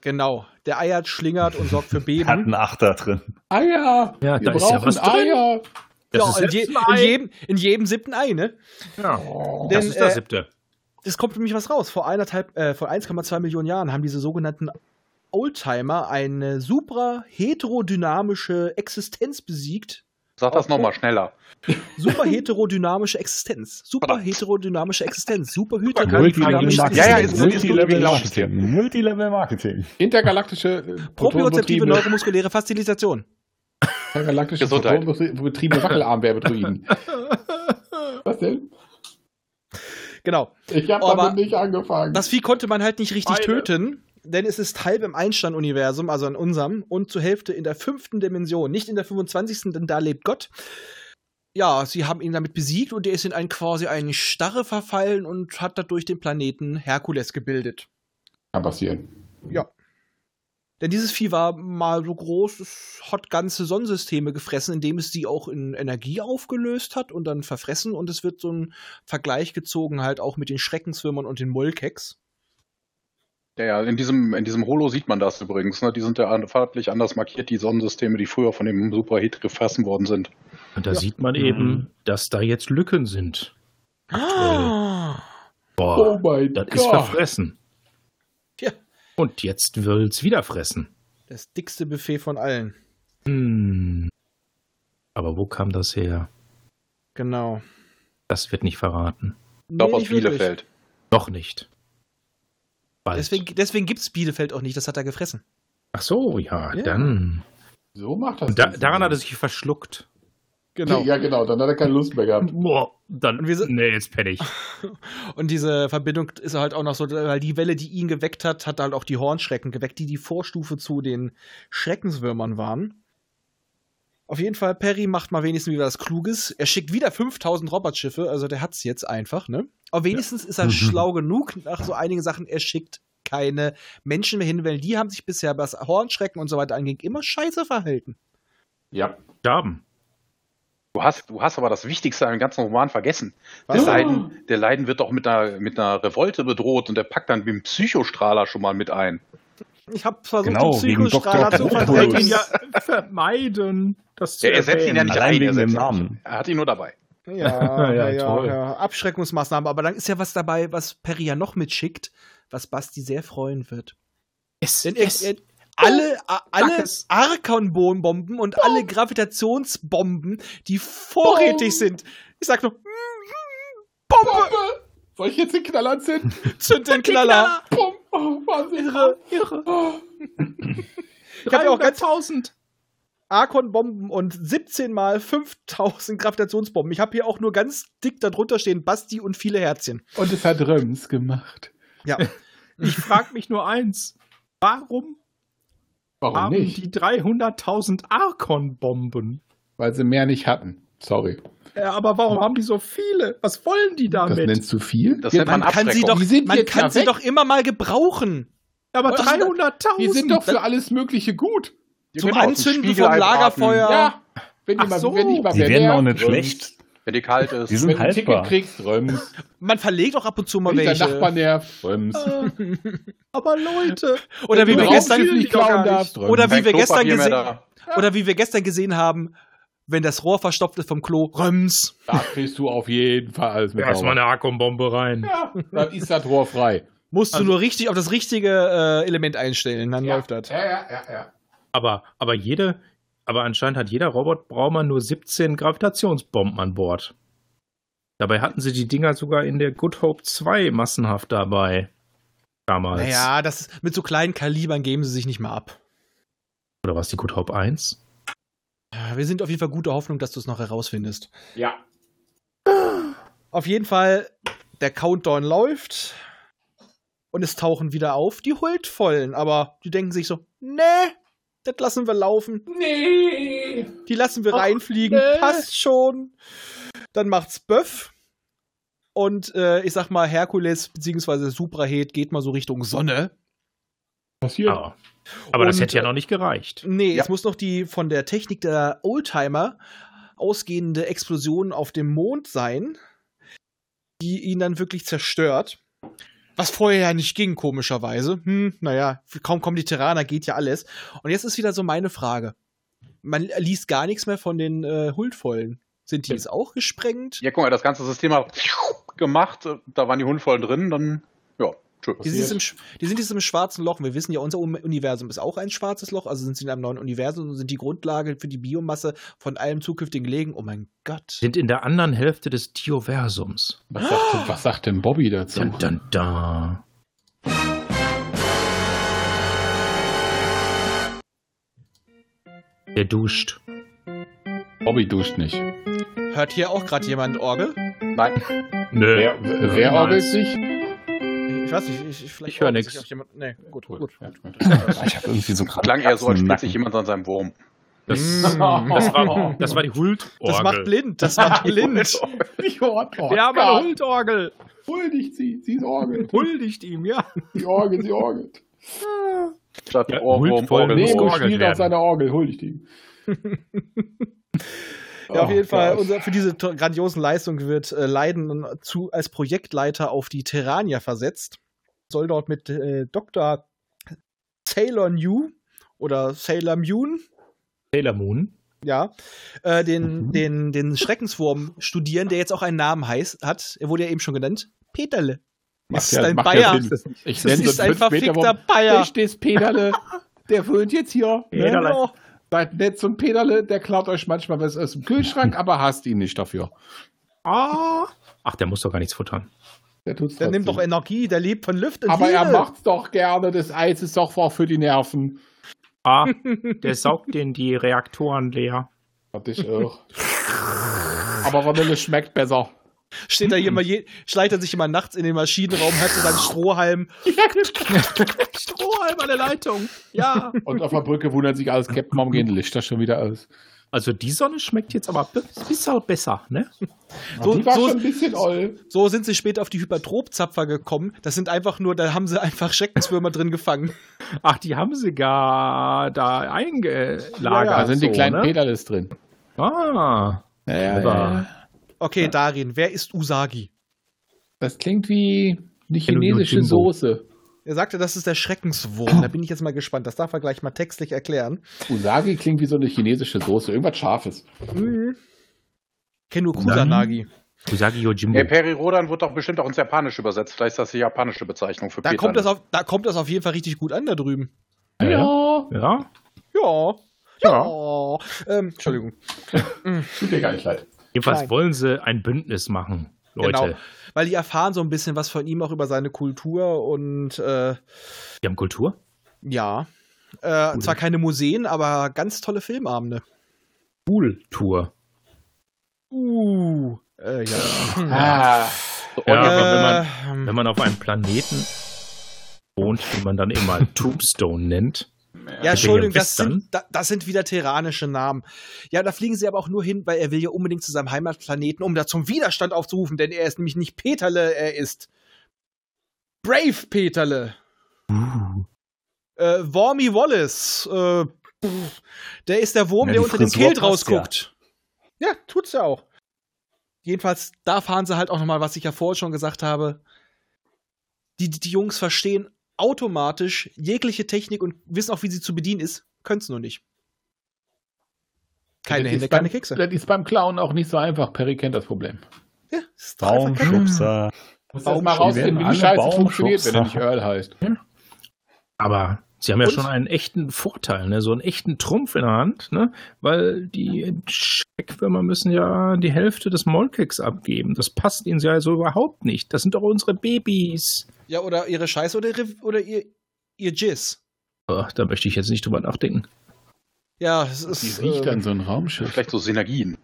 genau. Der eiert, schlingert und sorgt für Hat Beben. einen Achter drin. Eier! Wir Ja, da ist ja brauchen was drin. Eier! Das Ja, ist in, je, selbst ein in, Ei. jedem, in jedem siebten Ei, ne? Ja. Denn, das ist das äh, siebte. es kommt nämlich was raus. Vor eineinhalb, äh, vor 1,2 Millionen Jahren haben diese sogenannten Oldtimer eine supra-heterodynamische Existenz besiegt. Sag das nochmal schneller. Super-heterodynamische Existenz. Super-heterodynamische Existenz. Super-heterodynamische Multilevel-Marketing. Existenz. Ja, ja, ist- ist- Multilevel-Marketing. Multilevel-Marketing. Intergalaktische äh, Propriozeptive protonenbetriebene- neuromuskuläre Faszilisation. intergalaktische Gesundheit. protonenbetriebene Wackelarmwehrbetrieben. Was denn? Genau. Ich habe Aber damit nicht angefangen. Das Vieh konnte man halt nicht richtig Beide. töten, denn es ist halb im Einstein-Universum, also in unserem, und zur Hälfte in der fünften Dimension. Nicht in der 25. denn da lebt Gott. Ja, sie haben ihn damit besiegt und er ist in einen quasi einen Starre verfallen und hat dadurch den Planeten Herkules gebildet. kann passieren. Denn dieses Vieh war mal so groß, es hat ganze Sonnensysteme gefressen, indem es die auch in Energie aufgelöst hat und dann verfressen. Und es wird so ein Vergleich gezogen halt auch mit den Schreckenswürmern und den Molkeks. Ja, ja, in diesem, in diesem Holo sieht man das übrigens. Ne? Die sind ja an- farblich anders markiert, die Sonnensysteme, die früher von dem Superhit gefressen worden sind. Und da ja. sieht man eben, dass da jetzt Lücken sind. Ah. Boah, Oh mein äh, das Gott. ist verfressen. Tja. Und jetzt will's wieder fressen. Das dickste Buffet von allen. Hm. Aber wo kam das her? Genau. Das wird nicht verraten. Ich glaube Nee, aus nicht wirklich. Bielefeld. Noch nicht. Bald. Deswegen, deswegen gibt es Bielefeld auch nicht, das hat er gefressen. Ach so, ja, Ja. dann. so macht das. Und da, Ganze. daran hat er sich verschluckt. Genau. Ja, genau, dann hat er keine Lust mehr gehabt. Boah, dann. Und wir sind- nee, jetzt penne ich. Und diese Verbindung ist halt auch noch so, weil die Welle, die ihn geweckt hat, hat halt auch die Hornschrecken geweckt, die die Vorstufe zu den Schreckenswürmern waren. Auf jeden Fall, Perry macht mal wenigstens wieder was Kluges. Er schickt wieder 5000 Robotschiffe, also der hat's jetzt einfach, ne? Aber wenigstens ist er schlau genug nach so einigen Sachen. Er schickt keine Menschen mehr hin, weil die haben sich bisher, was Hornschrecken und so weiter anging, immer scheiße verhalten. Ja. Darben. Du hast, du hast aber das Wichtigste an dem ganzen Roman vergessen. Der Was? Oh. Leiden, der Leiden wird doch mit einer, mit einer Revolte bedroht und der packt dann den Psychostrahler schon mal mit ein. Ich habe versucht, Genau, den wegen Dr. Psychostrahler zu Octopus. Er verdrängen. will ihn ja vermeiden. Das zu Er, er setzt ihn ja erwähnen. nicht Allein ein. wegen er, setzt dem ihn nicht- Namen. er hat ihn nur dabei. Ja, ja, Ja, ja, toll. ja. Abschreckungsmaßnahmen. Aber dann ist ja was dabei, was Perry ja noch mitschickt, was Basti sehr freuen wird. Es, Denn er, es, er, alle, a- alle Dackes. Archon-Bomben und alle Gravitationsbomben, die vorrätig sind. Ich sag nur, Soll ich jetzt den Knaller zünden? zünd den Knaller. Bumm. Oh, 20 Irre, irre. Ich hab ja auch ganz- 300.000. Archon-Bomben und 17 mal 5000 Gravitationsbomben. Ich habe hier auch nur ganz dick darunter stehen Basti und viele Herzchen. Und es hat Röms gemacht. Ja. Ich frage mich nur eins. Warum Warum haben nicht? die 300.000 Arkon-Bomben? Weil sie mehr nicht hatten. Sorry. Ja, aber warum haben die so viele? Was wollen die Das damit? nennst du viel? Das Ja, nennt man man- kann sie Abschreckung. doch, Die sind man jetzt kann ja sie weg. doch immer mal gebrauchen. Aber Was? 300.000. die sind doch für alles Mögliche gut. Ihr Zum könnt auch Anzünden Spiegelei vom Lagerfeuer. braten, Ja. Wenn die Ach mal, so. wenn ich mal Die wer werden wär, auch nicht Röms. schlecht. Wenn die kalt ist. Die sind Wenn du ein Ticket haltbar. kriegst, Röms. Man verlegt doch ab und zu mal Wenn dich dein welche. äh, Nachbar nervt, Röms. aber Leute. Oder wie Wenn wir du gestern Raubtiere nicht klauen darfst, Röms. Oder wie Kein wir gestern Klopapier mehr gesehen da. oder wie wir gestern gesehen haben, wenn das Rohr verstopft ist vom Klo, Röms. Da kriegst du auf jeden Fall alles mit Erstmal drauf. eine Arkon-Bombe rein. Ja, dann ist das Rohr frei. Musst du nur richtig auf das richtige äh, Element einstellen, dann läuft das. Also- Ja, ja, ja, ja. Aber, aber jede, aber anscheinend hat jeder Robotbraumer nur 17 Gravitationsbomben an Bord. Dabei hatten sie die Dinger sogar in der Good Hope 2 massenhaft dabei. Damals. Naja, das mit so kleinen Kalibern geben sie sich nicht mal ab. Oder war es die Good Hope 1? Wir sind auf jeden Fall guter Hoffnung, dass du es noch herausfindest. Ja. Auf jeden Fall, der Countdown läuft und es tauchen wieder auf die Huldvollen, aber die denken sich so, nee, das lassen wir laufen, Nee. die lassen wir Ach, reinfliegen, nee. passt schon. Dann macht's Böff und äh, ich sag mal, Herkules bzw. Suprahet geht mal so Richtung Sonne. Passiert. Aber, Ah. aber das Und, hätte ja äh, noch nicht gereicht. Nee, Ja. es muss noch die von der Technik der Oldtimer ausgehende Explosion auf dem Mond sein, die ihn dann wirklich zerstört. Was vorher ja nicht ging, komischerweise. Hm, naja, kaum kommen die Terraner, geht ja alles. Und jetzt ist wieder so meine Frage. Man liest gar nichts mehr von den äh, Huldvollen. Sind die jetzt auch gesprengt? Ja, guck mal, das ganze System hat gemacht, da waren die Hundvollen drin, dann, ja, tschüss. Die sind, jetzt im, Sch- die sind jetzt im schwarzen Loch. Und wir wissen ja, unser Un- Universum ist auch ein schwarzes Loch. Also sind sie in einem neuen Universum und sind die Grundlage für die Biomasse von allem zukünftigen Leben. Oh mein Gott. Sind in der anderen Hälfte des Tioversums. Was, sagt denn, was sagt denn Bobby dazu? Dun, dun, dun. Der duscht. Bobby duscht nicht. Hört hier auch gerade jemand Orgel? Nein, Äh, Nö. Wer, wer orgelt sich? Ich weiß nicht, ich, ich, vielleicht Ich hör orgelt nix. sich auch jemand- Nee, gut, gut. Gut. Ich habe irgendwie so gerade. klang eher so, als Katzen im spielt sich Nacken. jemand an seinem Wurm. Das, Das das, war, das war die Hult-Orgel. Das macht blind, das macht blind. Nicht Orgel. Wir haben eine Hult-Orgel. oh, Huldigt sie. Sie ist orgelt. Huldigt ihm, ja. Die Orgel, sie orgelt. Statt Ja, Ohrwurm, Hundvollen Orgel, Muss Nemo Ohrwurm. georgelt spielt werden. auf seiner Orgel. Huldigt ihn. Ja, auf jeden Oh, Fall, Gott. unser, für diese to- grandiosen Leistung wird äh, Leiden zu, als Projektleiter auf die Terrania versetzt. Soll dort mit äh, Dr. Sailor New oder Sailor Mune Sailor Moon. Ja, äh, den, Mhm. den, den Schreckenswurm studieren, der jetzt auch einen Namen heißt, hat. Er wurde ja eben schon genannt. Peterle. Macht Es ja- ist ein macht ja Bayer. Sinn. das Ich nenne ist so ein fünf Meter verfickter rum. Bayer. Ich steh's Pedale. Der wohnt jetzt hier. ne? Peterle. Genau. Seid nett zum Pedale. Der klaut euch manchmal was aus dem Kühlschrank, aber hasst ihn nicht dafür. Ah. Ach, der muss doch gar nichts futtern. Der tut's Der nimmt trotzdem. doch Energie, der lebt von Lüft und Aber Liebe. er macht's doch gerne. Das Eis ist doch auch für die Nerven. Ah, der saugt den die Reaktoren leer. Hatte ich auch. Aber Vanille schmeckt besser. Steht da jemand, je, schleicht er sich immer nachts in den Maschinenraum, hat so seinen Strohhalm. Strohhalm an der Leitung. Ja. Und auf der Brücke wundert sich alles. Captain, warum gehen die Lichter schon wieder aus? Also die Sonne schmeckt jetzt aber ein bisschen besser, ne? So, die war so, schon ein bisschen oll. so sind sie später auf die Hypertropzapfer gekommen. Das sind einfach nur, da haben sie einfach Schreckenswürmer drin gefangen. Ach, die haben sie gar da eingelagert. da sind die so, kleinen ne? Pedales drin. Ah. Ja, ja. Okay, Darin, wer ist Usagi? Das klingt wie eine Hello, chinesische Yojimbo. Soße. Er sagte, das ist der Schreckenswurm. Da bin ich jetzt mal gespannt. Das darf er gleich mal textlich erklären. Usagi klingt wie so eine chinesische Soße. Irgendwas Scharfes. Mhm. Kenn nur Kusanagi. Usagi Yojimbo. Hey, Peri Rodan wird doch bestimmt auch ins Japanisch übersetzt. Vielleicht ist das die japanische Bezeichnung für Da kommt, das auch. auf, da kommt das auf jeden Fall richtig gut an da drüben. Ja. Ja. Ja. Ja. Ja. Ähm, Entschuldigung. Tut dir gar nicht leid. Jedenfalls Nein. wollen sie ein Bündnis machen. Leute, Genau. Weil die erfahren so ein bisschen was von ihm auch über seine Kultur und äh, wir haben Kultur. ja. Äh, zwar keine Museen, aber ganz tolle Filmabende. Kultur. Uh. Äh, ja. Ah, Ja, Äh, aber wenn man, ähm, wenn man auf einem Planeten wohnt, den man dann eben mal Tombstone nennt. Ja, Entschuldigung, das Western. sind, da- das sind wieder terranische Namen. Ja, da fliegen sie aber auch nur hin, weil er will ja unbedingt zu seinem Heimatplaneten, um da zum Widerstand aufzurufen, denn er ist nämlich nicht Peterle, er ist Brave Peterle. Uh. Äh, Wormy Wallace. Äh, pff, der ist der Wurm, Ja, der die unter dem Frisur Kilt passt ja. rausguckt. Ja. tut's ja auch. Jedenfalls, da fahren sie halt auch nochmal, was ich ja vorher schon gesagt habe. Die, die, die Jungs verstehen automatisch jegliche Technik und wissen auch, wie sie zu bedienen ist, können es nur nicht. Keine das Hände, ist beim- keine Kekse. Das ist beim Klauen auch nicht so einfach. Perry kennt das Problem. Ja, ist doch einfach Kacke. Baumschubser. Muss erst erst mal mal rausfinden, rausfinden, wie wie die die Scheiße Scheiße funktioniert, funktioniert, wenn wenn er er nicht nicht Earl heißt. Aber sie haben ja Und? schon einen echten Vorteil, ne? so einen echten Trumpf in der Hand, ne? weil die Schreckwürmer müssen ja die Hälfte des Molkeks abgeben. Das passt ihnen ja so überhaupt nicht. Das sind doch unsere Babys. Ja, oder ihre Scheiße oder, ihre, oder ihr, ihr Jizz. Ach, Oh, da möchte ich jetzt nicht drüber nachdenken. Ja, es ist. Die riecht äh, dann so ein Raumschiff. Vielleicht so Synergien.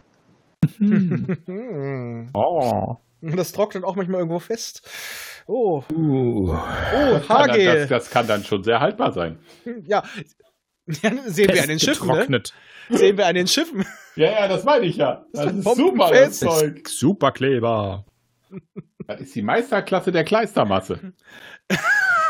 Hm. hm. oh. Das trocknet auch manchmal irgendwo fest. Oh, Uh. oh, Das kann, dann, das, Hagel. das kann dann schon sehr haltbar sein. Ja. sehen wir an den Schiffen, ne? Festgetrocknet. Sehen wir an den Schiffen. Ja, ja, das meine ich ja. Das ist super, das bombenfest. Zeug. Superkleber. Das ist die Meisterklasse der Kleistermasse.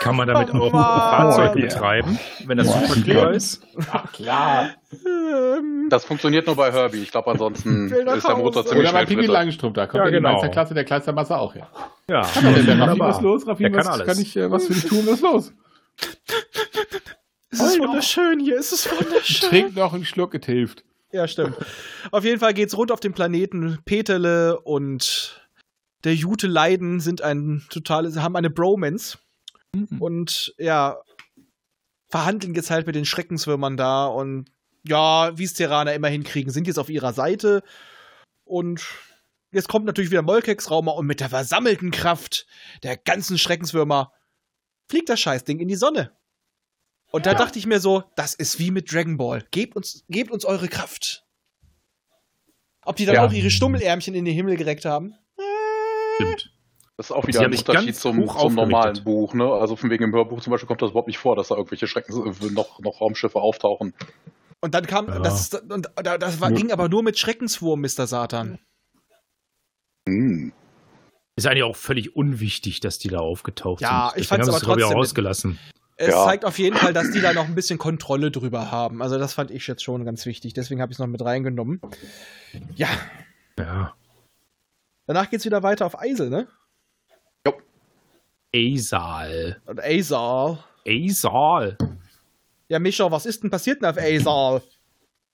Kann man damit Oh, auch Mann. Fahrzeuge Ja. betreiben, wenn das Boah, Superkleber Gott. ist? Ach, klar. Ähm, Das funktioniert nur bei Herbie. Ich glaube, ansonsten will nach ist der Motor Hause. ziemlich Oder bei schnell Pippi Dritter. Langstrumpf, da kommt Ja, ja, genau. die Meisterklasse der Kleistermasse auch her. Ja. Kann denn der Raffi Wunderbar. was los? Raffi, Der was kann alles. ich, äh, was will ich tun? Was ist los? es ist wunderschön hier, es ist wunderschön. Trink noch einen Schluck, es hilft. Ja, stimmt. Auf jeden Fall geht's rund auf dem Planeten. Peterle und der Jute Leiden sind ein totales, haben eine Bromance und ja, verhandeln jetzt halt mit den Schreckenswürmern da und ja, wie es Terraner immer hinkriegen, sind jetzt auf ihrer Seite und jetzt kommt natürlich wieder Molkex Raumer und mit der versammelten Kraft der ganzen Schreckenswürmer fliegt das Scheißding in die Sonne. Und da dachte ich mir so, das ist wie mit Dragon Ball. Gebt uns, gebt uns eure Kraft. Ob die dann Ja. auch ihre Stummelärmchen in den Himmel gereckt haben? Stimmt. Das ist auch Sie wieder haben ein sich Unterschied ganz zum, hoch zum normalen aufgerichtet. Buch. Ne? Also von wegen im Hörbuch zum Beispiel kommt das überhaupt nicht vor, dass da irgendwelche Schrecken äh, noch, noch Raumschiffe auftauchen. Und dann kam, Ja. das, und da- das war, ging aber nur mit Schreckenswurm, Mr. Satan. Hm. Ist eigentlich auch völlig unwichtig, dass die da aufgetaucht Ja, sind. ich fand's haben sie aber es, glaub ich, auch trotzdem- rausgelassen. Es Ja. zeigt auf jeden Fall, dass die da noch ein bisschen Kontrolle drüber haben. Also das fand ich jetzt schon ganz wichtig. Deswegen habe ich es noch mit reingenommen. Ja, Ja. danach geht's wieder weiter auf Eisel, ne? Asal. Und Eisal. Asal. Ja, Micha, was ist denn passiert denn auf Eisal?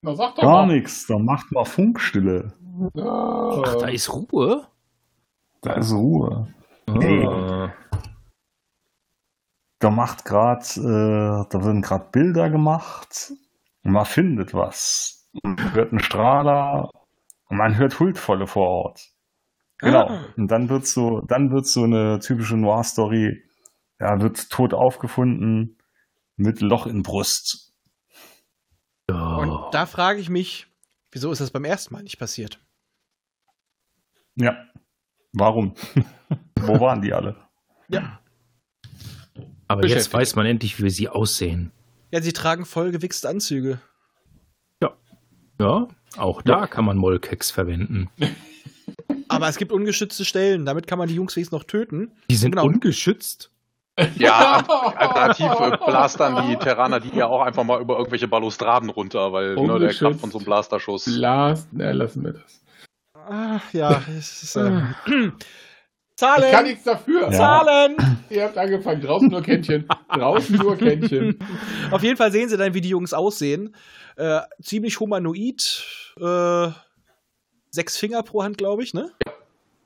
Na, sag doch Gar mal. nichts, dann macht mal Funkstille. Ach, da ist Ruhe. Da ist Ruhe. Ah. Da macht gerade, äh, da werden gerade Bilder gemacht. Und man findet was. Man hört einen Strahler und man hört Huldvolle vor Ort. Genau. Ah. Und dann wird so, dann wird so eine typische Noir-Story. Da wird tot aufgefunden mit Loch in Brust. Ja. Und da frage ich mich, wieso ist das beim ersten Mal nicht passiert? Ja. Warum? Wo waren die alle? Aber jetzt beschäftigt. weiß man endlich, wie sie aussehen. Ja, sie tragen voll gewichste Anzüge. Ja, auch da kann man Molkex verwenden. Aber es gibt ungeschützte Stellen. Damit kann man die Jungs wenigstens noch töten. Die sind Genau. ungeschützt. Ja, al- alternativ äh, blastern die Terraner die ja auch einfach mal über irgendwelche Balustraden runter, weil ne, der Ungeschützt. Kraft von so einem Blasterschuss. Lars, na, lassen wir das. Ach ja, es ist, äh, Ich kann Zahlen! nichts dafür. Ja. Zahlen! Ihr habt angefangen. Draußen nur Kännchen. Draußen nur Kännchen. Auf jeden Fall sehen sie dann, wie die Jungs aussehen. Äh, ziemlich humanoid. Äh, sechs Finger pro Hand, glaube ich, ne?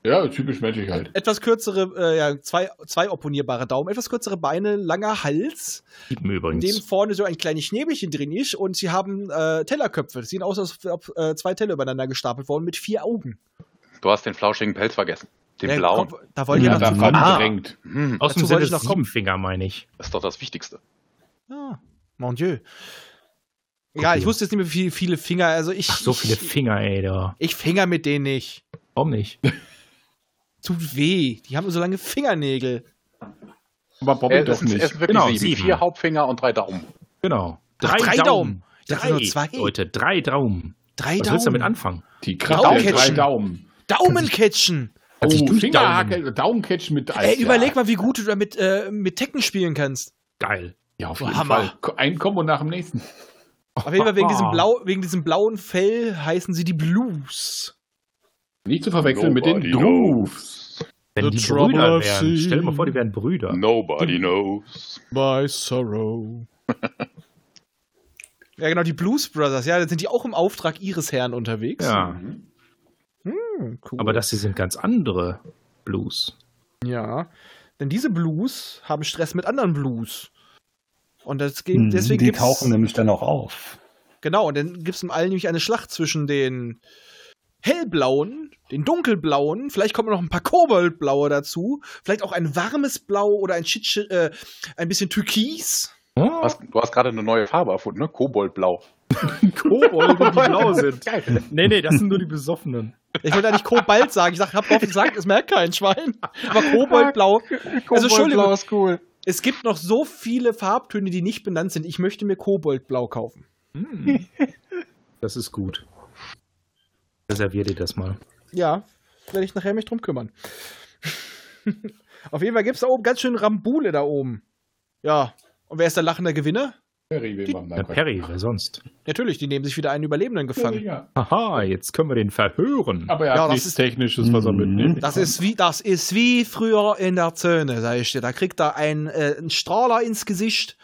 Ja, typisch menschlich halt. Etwas kürzere, äh, ja, zwei, zwei opponierbare Daumen, etwas kürzere Beine, langer Hals, Sieben in dem übrigens. vorne so ein kleines Schnäbelchen drin ist und sie haben äh, Tellerköpfe. Das sieht aus, als ob äh, zwei Teller übereinander gestapelt wurden mit vier Augen. Du hast den flauschigen Pelz vergessen. Den Ja, blauen. komm, da wollte ja, ich noch da zu kommt kommen. Ah. drängt. Hm, Aus dem Dazu Sinne wollte ich noch kommen. Siebenfinger, meine ich. das ist doch das Wichtigste. Ah, mon Dieu. Egal, ich wusste jetzt nicht mehr, wie viele, viele Finger. Also ich, Ach, so viele ich, Finger, ey, da. ich finger mit denen nicht. Warum nicht? Tut weh. Die haben so lange Fingernägel. Aber Äh, Bobby das doch sind, nicht. es sind wirklich Genau, sieben. sieben. Vier Hauptfinger und drei Daumen. Genau. Ach, drei Daumen. Ich Ich dachte Drei, nur zwei. Leute, drei Daumen. Drei Was Daumen. willst du damit anfangen? Die Kraft der drei Daumencatchen. Daumen. Daumencatchen. Hat sich Oh, durchdaumen. Fingerhacke, Daumencatchen mit Eis. Ey, überleg ja. mal, wie gut du damit äh, mit Tekken spielen kannst. Geil. Ja, auf Oh, jeden Hammer. Fall. Ko- Ein Kombo nach dem nächsten. Auf jeden Fall wegen diesem, Ah. Blau, wegen diesem blauen Fell heißen sie die Blues. Nicht zu verwechseln mit den Nobody Grooves. Wenn The die Trouble Brüder I've wären. seen. Stell dir mal vor, die wären Brüder. Nobody knows. My sorrow. ja, genau, die Blues Brothers. Ja, dann sind die auch im Auftrag ihres Herrn unterwegs. Ja, Hm, cool. aber das hier sind ganz andere Blues. Ja, denn diese Blues haben Stress mit anderen Blues. Und das ge- deswegen Hm, Mhm. die gibt's, tauchen nämlich dann auch auf. genau, und dann gibt es im All nämlich eine Schlacht zwischen den hellblauen, den dunkelblauen, vielleicht kommen noch ein paar koboldblaue dazu, vielleicht auch ein warmes Blau oder ein, Schitsch, äh, ein bisschen türkis. Oh. Du hast, du hast gerade eine neue Farbe erfunden, ne? Koboldblau. Kobolde, die blau sind. Geil. Nee, nee, das sind nur die Besoffenen. Ich wollte eigentlich Kobalt sagen, ich sag- hab drauf gesagt, es merkt kein Schwein. Aber koboldblau, Also, Koboldblau Entschuldigung. ist cool. es gibt noch so viele Farbtöne, die nicht benannt sind. Ich möchte mir koboldblau kaufen. Hm. Das ist gut. Reservier dir das mal. Ja, werde ich nachher mich drum kümmern. Auf jeden Fall gibt es da oben ganz schön Rambule da oben. Ja. Und wer ist der lachende Gewinner? Perry, wir machen Der da Perry, wer sonst? Natürlich, die nehmen sich wieder einen Überlebenden gefangen. Ja, Haha, jetzt können wir den verhören. aber er Ja, hat das nichts ist- Technisches, was er Mhm. mitnimmt. Das ist wie, das ist wie früher in der Zone, sag ich dir. Da kriegt er einen, äh, einen Strahler ins Gesicht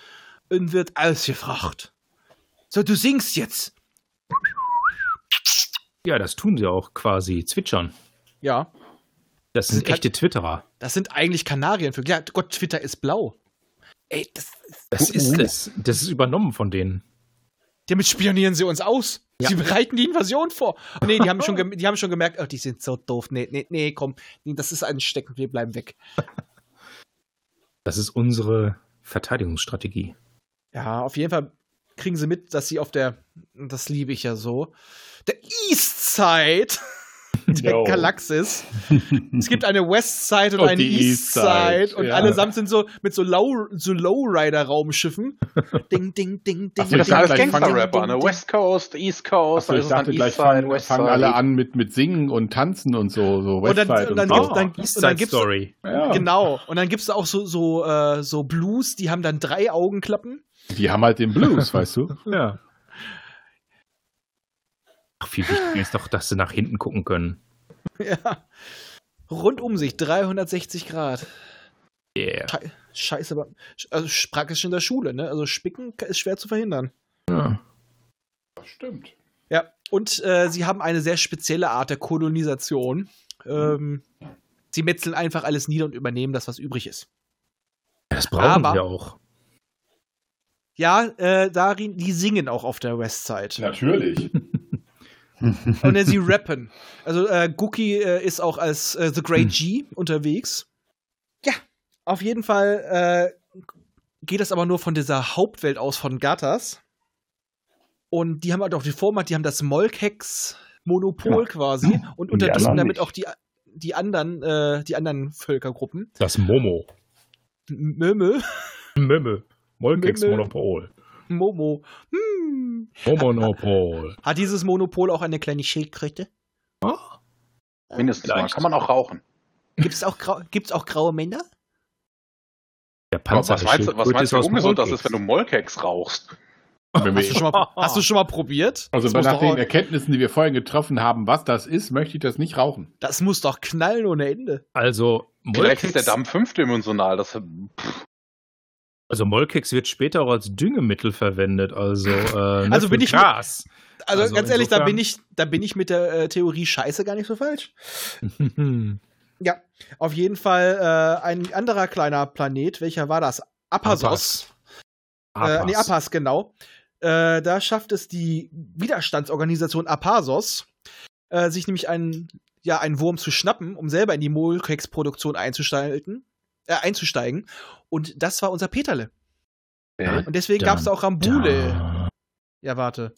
und wird ausgefragt. So, du singst jetzt. Ja, das tun sie auch quasi. Zwitschern. Ja. Das sind echte Twitterer. Das sind eigentlich Kanarienvögel. Ja, Gott, Twitter ist blau. Ey, das, Das ist es. Uh, Das ist übernommen von denen. Damit spionieren sie uns aus. Sie bereiten die Invasion vor. Oh, nee, die haben schon, gem- die haben schon gemerkt, oh, die sind so doof. Nee, nee, nee, komm. Nee, das ist ansteckend. Wir bleiben weg. Das ist unsere Verteidigungsstrategie. Ja, auf jeden Fall kriegen sie mit, dass sie auf der, das liebe ich ja so, der Eastside der Yo. Galaxis. es gibt eine Westside und, Und eine die Eastside. Eastside, und ja. allesamt sind so mit so, Low, so Lowrider-Raumschiffen. ding, ding, ding, ding. Ach so, ich Das sind dachte, alles gleich fangen- Gangster-Rapper, ne? West Coast, East Coast, Achso, ich alles dann dachte, gleich Eastside, fangen, Westside. fangen alle an mit, mit Singen und Tanzen und so. so Und dann- Westside und dann so. gibt's- dann- East und dann Side gibt's- halt Story. ja. Genau. Und dann gibt es da auch so, so, äh, so Blues, die haben dann drei Augenklappen. Die haben halt den Blues, weißt du? Ja. Ach, viel wichtiger ist doch, dass sie nach hinten gucken können. Ja. Rund um sich, 360 Grad. Yeah. Te- Scheiße, aber also sch- praktisch in der Schule, ne? Also Spicken ka- ist schwer zu verhindern. Ja. Das stimmt. Ja. Und äh, sie haben eine sehr spezielle Art der Kolonisation. Ähm, sie metzeln einfach alles nieder und übernehmen das, was übrig ist. Das brauchen Aber- wir auch. Ja, äh, darin, die singen auch auf der Westside. Natürlich. Und äh, sie rappen. Also äh, Gookie äh, ist auch als äh, The Great G unterwegs. Ja, auf jeden Fall äh, geht das aber nur von dieser Hauptwelt aus von Gatas. Und die haben halt auch die Vormat, die haben das Molkex-Monopol quasi und Hm. die unterdrücken anderen damit nicht. auch die, die, anderen, äh, die anderen Völkergruppen. Das Momo. Mömö, Mömme. Molkex Mömme. Monopol. Momo. Hm. Monopol. Hat dieses Monopol auch eine kleine Schildkröte? Mindestens mal. Vielleicht. Kann man auch rauchen. Gibt es auch, grau gibt's auch graue Männer? Der Aber Panzer was meinst, du- was meinst du, wie ungesund das ist, wenn du du Molkex rauchst? Wenn Hast du wir, schon mal, hast du schon mal probiert? also Das muss nach doch den auch- Erkenntnissen, die wir vorhin getroffen haben, was das ist, möchte ich das nicht rauchen. Das muss doch knallen ohne Ende. Also Vielleicht ist der Molkex, Dampf fünfdimensional. Das, also Molkex wird später auch als Düngemittel verwendet. Also, äh, ne, Also bin für ich- Gras. Also, Also ganz ehrlich, da insofern- bin ich, da bin ich mit der äh, Theorie Scheiße gar nicht so falsch. Ja, auf jeden Fall äh, ein anderer kleiner Planet, welcher war das? Appasos. Äh, nee, Apas. Appas, genau. Äh, da schafft es die Widerstandsorganisation Apasos, äh, sich nämlich einen ja einen Wurm zu schnappen, um selber in die Molkex-Produktion einzusteigen, äh, einzusteigen. Und das war unser Peterle. Ja. Und deswegen Dun, gab es auch Rambule. Ja, warte.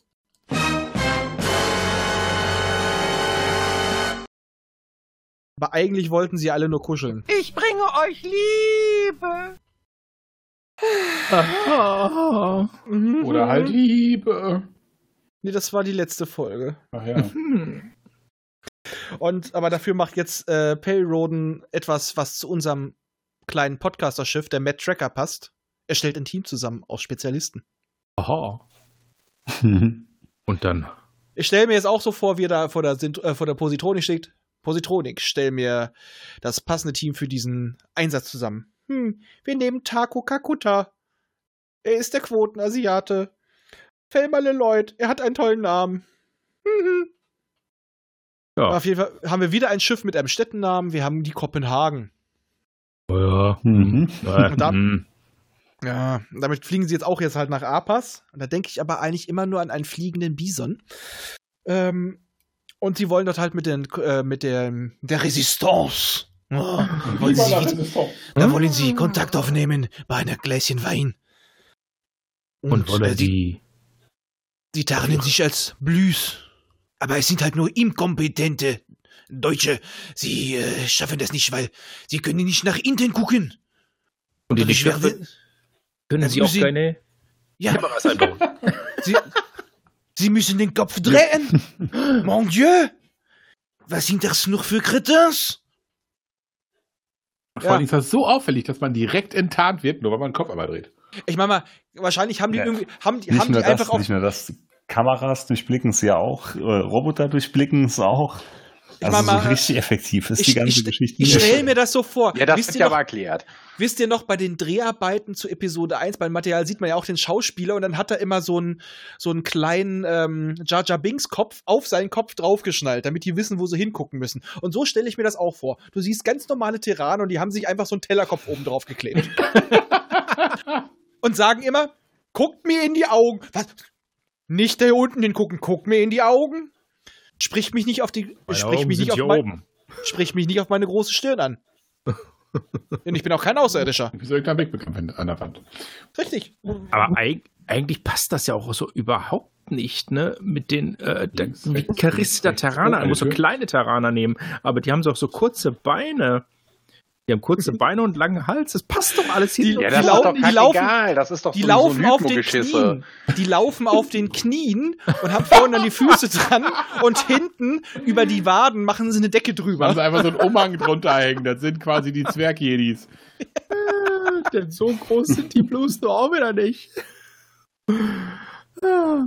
Aber eigentlich wollten sie alle nur kuscheln. Ich bringe euch Liebe. Mhm. Oder halt Liebe. Nee, das war die letzte Folge. Ach ja. Hm. Und aber dafür macht jetzt äh, Payroden etwas, was zu unserem kleinen Podcasterschiff, der Matt Tracker, passt. Er stellt ein Team zusammen aus Spezialisten. Aha. Und dann Ich stelle mir jetzt auch so vor, wie er da vor der, Sint- äh, vor der Positronik steht. Positronik, stell mir das passende Team für diesen Einsatz zusammen. Hm, wir nehmen Taku Kakuta. Er ist der Quotenasiate. Felmerle Lloyd, er hat einen tollen Namen. Mhm. Ja. Auf jeden Fall haben wir wieder ein Schiff mit einem Städtennamen. Wir haben die Kopenhagen. Oh ja. Mhm. Äh, Und da- mh. Ja, damit fliegen sie jetzt auch jetzt halt nach Apas. Und da denke ich aber eigentlich immer nur an einen fliegenden Bison. Ähm, und sie wollen dort halt mit, den, äh, mit der, der Resistance. Oh, wollen sie sich, ist top. Hm? da wollen sie Kontakt aufnehmen bei einer Gläschen Wein. Und äh, wollen die. sie tarnen sich als Blüs. Aber es sind halt nur inkompetente Deutsche. Sie äh, schaffen das nicht, weil sie können nicht nach Indien gucken. Und die Dadurch Lichtwerke werden- können dann sie auch müssen- keine Ja, Kameras einbauen. Sie, Sie müssen den Kopf drehen. Mon Dieu. Was sind das noch für Kretins? Vor allem ist das so auffällig, dass man direkt enttarnt wird, nur weil man den Kopf einmal dreht. Ich meine mal, wahrscheinlich haben die Ja. irgendwie, haben die, Nicht haben die nur einfach das, auch, nicht nur das. Kameras durchblicken es ja auch, äh, Roboter durchblicken es auch. Ich Also mein mal, so richtig effektiv ist ich- die ganze ich- Geschichte. ich stelle mir das so vor. Ja, das wisst, wird ihr ja noch, aber erklärt. wisst ihr noch, bei den Dreharbeiten zu Episode 1, beim Material sieht man ja auch den Schauspieler und dann hat er immer so einen, so einen kleinen ähm, Jar Jar Binks Kopf auf seinen Kopf draufgeschnallt, damit die wissen, wo sie hingucken müssen. Und so stelle ich mir das auch vor. Du siehst ganz normale Terraner und die haben sich einfach so einen Tellerkopf oben drauf geklebt. und sagen immer, guckt mir in die Augen. Was? Nicht da hier unten hingucken, guckt mir in die Augen. Sprich mich nicht auf die, Meine sprich Augen mich sind nicht auf hier mein, oben. sprich mich nicht auf meine große Stirn an. Denn ich bin auch kein Außerirdischer. Wie soll ich da wegbekommen an der Wand? Richtig. Aber eig eigentlich passt das ja auch so überhaupt nicht, ne? Mit den äh, der, Links, die rechts, Charisse der links, rechts, Terraner. oben Man muss so eine Tür. kleine Terraner nehmen, aber die haben so auch so kurze Beine. Die haben kurze Beine und langen Hals. Das passt doch alles hin. Die- Ja, Die das laufen- ist doch die kackegal. laufen- egal. Das ist doch Die so laufen auf den Mythengeschichte. Knien. Die laufen auf den Knien und haben vorne dann die Füße dran und hinten über die Waden machen sie eine Decke Man muss drüber. einfach so einen Umhang drunter hängen. Das sind quasi die Zwergjedis. denn so groß sind die bloß nur auch wieder nicht. Da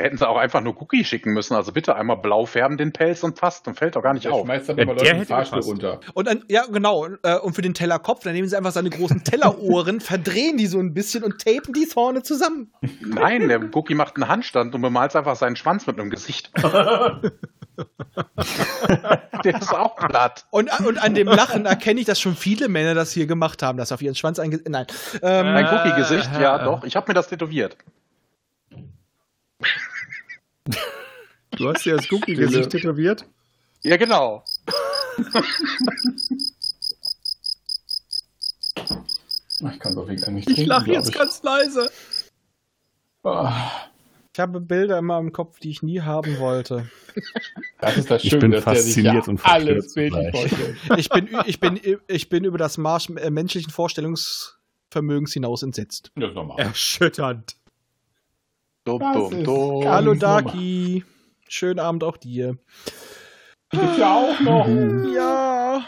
Hätten sie auch einfach nur Cookie schicken müssen. Also bitte einmal blau färben den Pelz und passt. Dann fällt doch gar nicht Der auf. schmeißt dann Ja, immer der Leute in den hätte Fahrstuhl gepasst. runter. Und dann, ja, genau. äh, Und für den Tellerkopf, dann nehmen sie einfach seine großen Tellerohren, verdrehen die so ein bisschen und tapen die vorne zusammen. Nein, der Cookie macht einen Handstand und bemalt einfach seinen Schwanz mit einem Gesicht. der ist auch platt. Und, äh, und an dem Lachen erkenne ich, dass schon viele Männer das hier gemacht haben, dass auf ihren Schwanz einge... Nein. Ähm, Mein Cookie-Gesicht, ja doch. Ich habe mir das tätowiert. Du hast ja das Cookie-Gesicht tätowiert. Ja, genau. Ach, Ah, Ich kann so viel gar nicht Ich trinken, lache glaub jetzt ich. ganz leise. Ah, Ich habe Bilder immer im Kopf, die ich nie haben wollte. Das ist das Ich Schöne, bin dass der sich ja fasziniert und verstört alles bildlich zugleich. vorstellt. Ich bin, ü- ich bin, ich bin über das Marsch äh, menschlichen Vorstellungsvermögens hinaus entsetzt. Das ist normal. Erschütternd. Dum, Das dum, ist dum. ganz Hallo normal. Daki, schönen Abend auch dir. Hm. Die gibt's ja auch noch. Ja.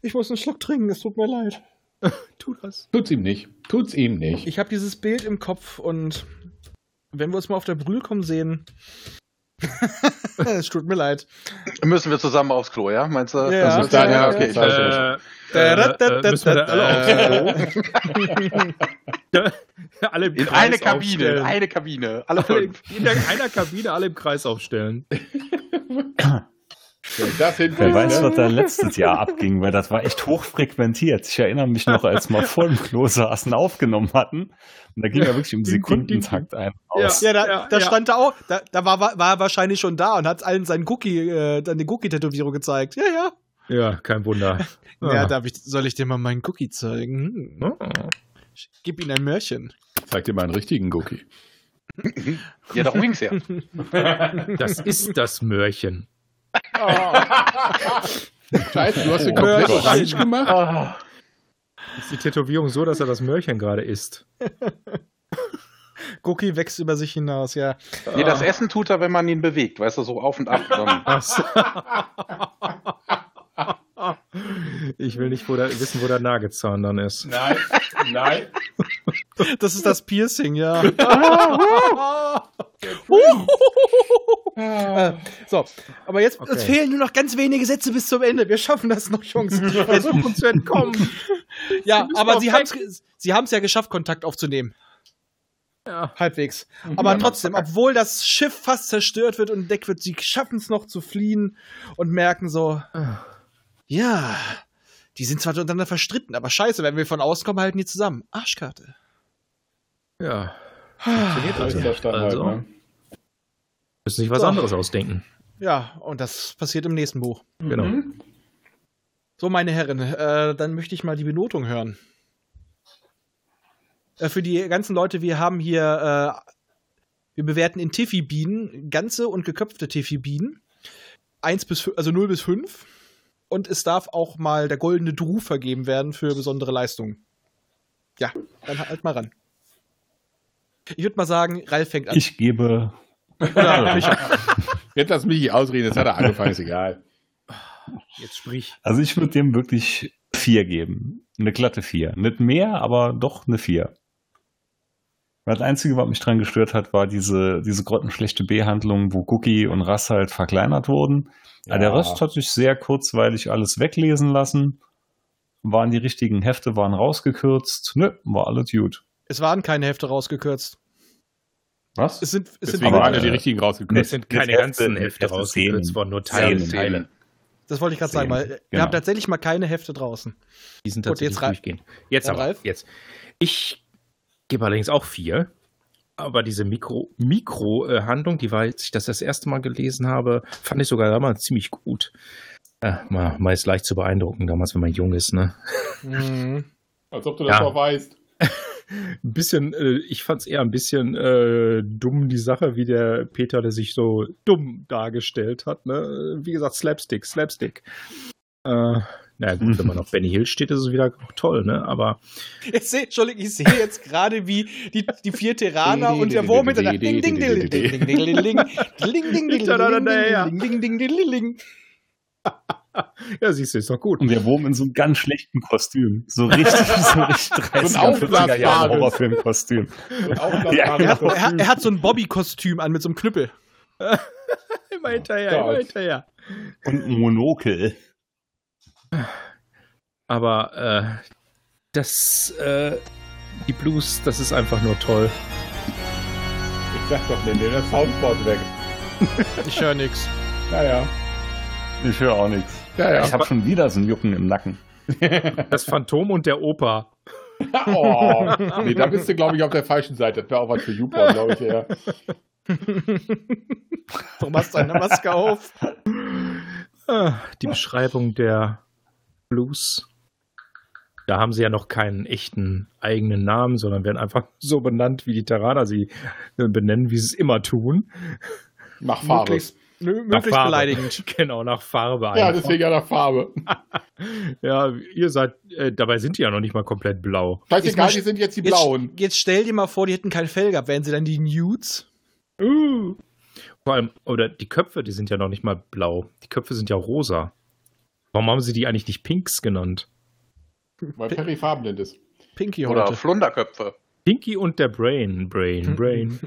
Ich muss einen Schluck trinken, es tut mir leid. Tu das. Tut's ihm nicht. Tut's ihm nicht. Ich habe dieses Bild im Kopf und wenn wir uns mal auf der Brühl kommen sehen. es tut mir leid. Müssen wir zusammen aufs Klo, ja? Meinst du? Ja, das ja, ist dann, ja, ja, ja, okay. ja. Ich Äh, müssen wir da alle aufs Klo? alle im in Kreis eine Kabine, aufstellen. in eine Kabine, alle Alle im- fünf. in einer Kabine alle im Kreis aufstellen. Wenn das Wer hinkriegt, weiß, ne? was da letztes Jahr abging, weil das war echt hochfrequentiert. Ich erinnere mich noch, als wir vor dem Klo saßen, aufgenommen hatten. Und da ging ja wirklich im Sekundentakt ein. und Aus. Ja, da, da ja. stand da auch, da, da war, war er wahrscheinlich schon da und hat allen seinen Cookie, äh, dann die Cookie-Tätowierung gezeigt. Ja, ja. Ja, kein Wunder. Ja, darf ich, soll ich dir mal meinen Cookie zeigen? Hm. Ah. Ich gib ihm ein Mörchen. Zeig dir mal einen richtigen Cookie. Ja, darum ging's ja. Das ist das Möhrchen. Ah. Scheiße, du hast den Oh komplett Gott. orange gemacht. Ah, Ist die Tätowierung so, dass er das Möhrchen gerade isst? Cookie wächst über sich hinaus, ja. nee, das Essen tut er, wenn man ihn bewegt, weißt du, so auf und ab. Dann, Ach so. Ich will nicht wo der, wissen, wo der Nagelzahn dann ist. Nein, nein. Das ist das Piercing, ja. Äh, so, aber jetzt Okay. es fehlen nur noch ganz wenige Sätze bis zum Ende. Wir schaffen das noch, Jungs. Wir versuchen zu entkommen. Ja, aber sie haben es sie haben's ja geschafft, Kontakt aufzunehmen. Ja. Halbwegs. Aber trotzdem, obwohl das Schiff fast zerstört wird und Deck wird, sie schaffen es noch zu fliehen und merken so, ja, die sind zwar untereinander verstritten, aber scheiße, wenn wir von außen kommen, halten die zusammen. Arschkarte. Ja. So ist der Stand Also. halt, ne? Müssen sich was So. anderes ausdenken. Ja, und das passiert im nächsten Buch. Genau. So, meine Herren, äh, dann möchte ich mal die Benotung hören. Äh, für die ganzen Leute, wir haben hier, äh, wir bewerten in Tiffy-Bienen ganze und geköpfte Tiffy-Bienen. 1 bis, fü- also 0 bis 5. Und es darf auch mal der goldene Dru vergeben werden für besondere Leistungen. Ja, dann halt mal ran. Ich würde mal sagen, Ralf fängt an. Ich gebe. Jetzt lass mich nicht ausreden, jetzt hat er angefangen, ist egal. Jetzt sprich. Also ich würde dem wirklich vier geben. Eine glatte vier. Nicht mehr, aber doch eine vier. Weil Das Einzige, was mich dran gestört hat, war diese, diese grottenschlechte B-Handlung, wo Cookie und Rass halt verkleinert wurden. Aber Der Rest hat sich sehr kurzweilig alles weglesen lassen. Waren die richtigen Hefte, waren rausgekürzt. Nö, war alles gut. es waren keine Hefte rausgekürzt. Was? Es sind, es sind Deswegen aber, waren ja die äh, richtigen Es rausgekürzt. sind Mit keine Hefte- ganzen mit Hefte Hefte rausgekürzt Szenen. worden, nur Teile, Teile. Szenen. Teile. das wollte ich gerade sagen, Szenen, weil äh, wir genau. haben tatsächlich mal keine Hefte draußen. Die sind Gut, tatsächlich jetzt Ra- durchgehend. Jetzt Dann aber, Ralf? jetzt. Ich gebe allerdings auch vier. Aber diese Mikro- Mikro-Handlung, äh, Handlung, die war, als ich das das erste Mal gelesen habe, fand ich sogar damals ziemlich gut. Äh, mal, mal ist leicht zu beeindrucken, damals, wenn man jung ist, ne? Mhm. Als ob du das Ja. noch weißt. ein bisschen, äh, ich fand es eher ein bisschen äh, dumm, die Sache, wie der Peter, der sich so dumm dargestellt hat. Ne? Wie gesagt, Slapstick, Slapstick. Äh, na gut, wenn man auf Benny Hill steht, ist es wieder auch toll, ne? Aber Ich sehe, Entschuldigung, ich sehe jetzt gerade, wie die, die vier Terraner und der Wurm hintereinander. Ding, ding, ding, ding, ding, ding, ding, ding, ding, ding, ding, ding, ding, ding, ding, ding. ja, siehst du, ist doch gut. Und der Wurm in so einem ganz schlechten Kostüm. So richtig, so richtig 30er, 40er Jahre Aufblasbares. Horrorfilm-Kostüm. Ja, Er hat, Oh, er, hat- er hat so ein Bobby-Kostüm an mit so einem Knüppel. Immer hinterher, Ja, immer als- hinterher. Und ein Monokel. Aber äh, das, äh, die Blues, das ist einfach nur toll. Ich sag doch, nimm dir das Soundboard weg. Ich höre nix. Naja. Ich höre auch nichts. Ja, ja. Ich habe schon wieder so ein Jucken im Nacken. Das Phantom und der Opa. Oh. Nee, da bist du, glaube ich, auf der falschen Seite. Das wäre auch was für YouPorn, glaube ich, eher. Warum hast du eine ne? Maske auf? Ah, Die Beschreibung der Blues. Da haben sie ja noch keinen echten eigenen Namen, sondern werden einfach so benannt, wie die Terraner sie äh, benennen, wie sie es immer tun. Mach Farbe. Möglichst, nö, Nach möglichst Farbe. beleidigend. Genau, nach Farbe. Ja, einfach. deswegen ja nach Farbe. ja, ihr seid, äh, dabei sind die ja noch nicht mal komplett blau. Scheißegal, muss- die sind jetzt die Jetzt, Blauen. jetzt stell dir mal vor, die hätten kein Fell gehabt. Wären sie dann die Nudes? Uh. Vor allem, oder die Köpfe, die sind ja noch nicht mal blau. Die Köpfe sind ja rosa. Warum haben sie die eigentlich nicht Pinks genannt? Weil Perry farbenblind ist. Pinky Oder heute. Flunderköpfe. Pinky und der Brain, Brain, Brain.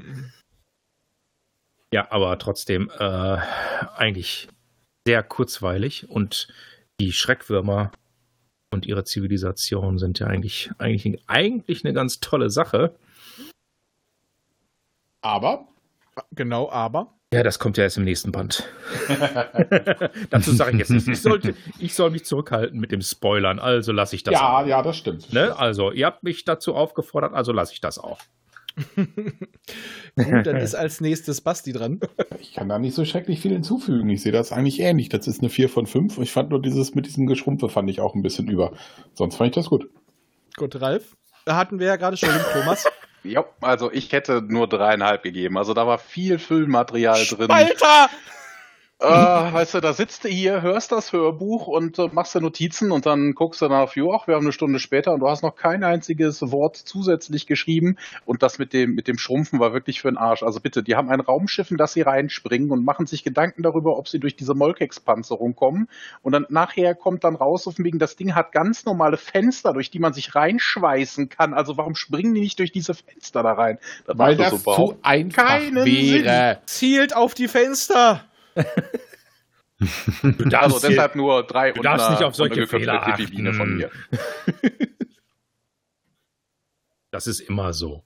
Ja, aber trotzdem äh, eigentlich sehr kurzweilig und die Schreckwürmer und ihre Zivilisation sind ja eigentlich, eigentlich, eigentlich eine ganz tolle Sache. Aber Genau, aber. Ja, das kommt ja erst im nächsten Band. Dazu sage ich jetzt nichts. Ich, sollte, ich soll mich zurückhalten mit dem Spoilern, also lasse ich das. Ja, auch. ja, das stimmt. Ne? Also, ihr habt mich dazu aufgefordert, also lasse ich das auch. Gut, dann ist als nächstes Basti dran. Ich kann da nicht so schrecklich viel hinzufügen. Ich sehe das eigentlich ähnlich. Das ist eine 4 von 5. Ich fand nur dieses mit diesem Geschrumpfe fand ich auch ein bisschen über. Sonst fand ich das gut. Gut, Ralf. Hatten wir ja gerade schon mit Thomas. Ja, also ich hätte nur dreieinhalb gegeben. Also da war viel Füllmaterial drin. Alter! Äh, weißt du, da sitzt du hier, hörst das Hörbuch und äh, machst dir Notizen und dann guckst du nach, jo, ach, wir haben eine Stunde später und du hast noch kein einziges Wort zusätzlich geschrieben und das mit dem, mit dem Schrumpfen war wirklich für den Arsch. Also bitte, die haben ein Raumschiff, in das sie reinspringen und machen sich Gedanken darüber, ob sie durch diese Molkex-Panzerung kommen und dann nachher kommt dann raus, auf wegen, das Ding hat ganz normale Fenster, durch die man sich reinschweißen kann. Also warum springen die nicht durch diese Fenster da rein? Das Weil macht doch das überhaupt zu einfach keinen wäre. Zielt auf die Fenster! Du darfst, Also deshalb nur drei du darfst eine- nicht auf solche eine geköpfte Fehler Pipi-Biene achten. von mir. das ist immer so.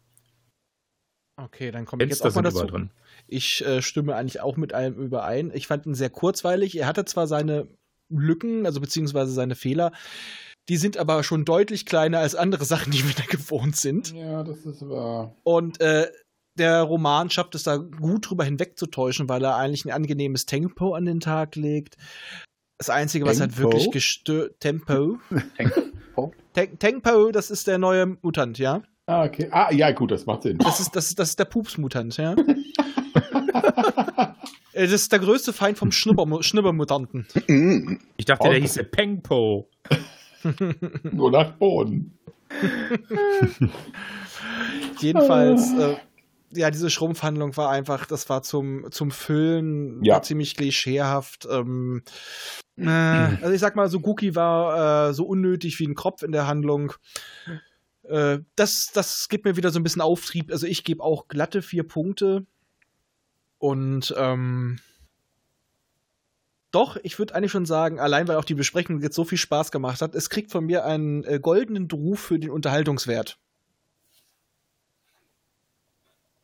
Okay, dann komme ich jetzt Fenster auch mal sind überall dazu. drin. Ich äh, stimme eigentlich auch mit allem überein. Ich fand ihn sehr kurzweilig. Er hatte zwar seine Lücken, also beziehungsweise seine Fehler. Die sind aber schon deutlich kleiner als andere Sachen, die wir da gewohnt sind. Ja, das ist wahr. Und äh, der Roman schafft es da gut drüber hinwegzutäuschen, weil er eigentlich ein angenehmes Tempo an den Tag legt. Das Einzige, was halt Tempo? wirklich gestört. Tempo. Tempo? Tem- Tempo, das ist der neue Mutant, ja? Ah, okay. Ah, ja, gut, das macht Sinn. Das ist, das ist, das ist der Pups-Mutant, ja? Äh, Das ist der größte Feind vom Schnubber Schnubbermutanten. Mm. Ich dachte, der hieß Pengpo. Nur nach Boden. Jedenfalls, äh, ja, diese Schrumpfhandlung war einfach, das war zum, zum Füllen, Ja. war ziemlich klischeehaft. Ähm, äh, also ich sag mal, so Guki war äh, so unnötig wie ein Kropf in der Handlung. Äh, das, das gibt mir wieder so ein bisschen Auftrieb. Also ich gebe auch glatte vier Punkte. Und ähm, doch, ich würde eigentlich schon sagen, allein weil auch die Besprechung jetzt so viel Spaß gemacht hat, es kriegt von mir einen äh, goldenen Ruf für den Unterhaltungswert.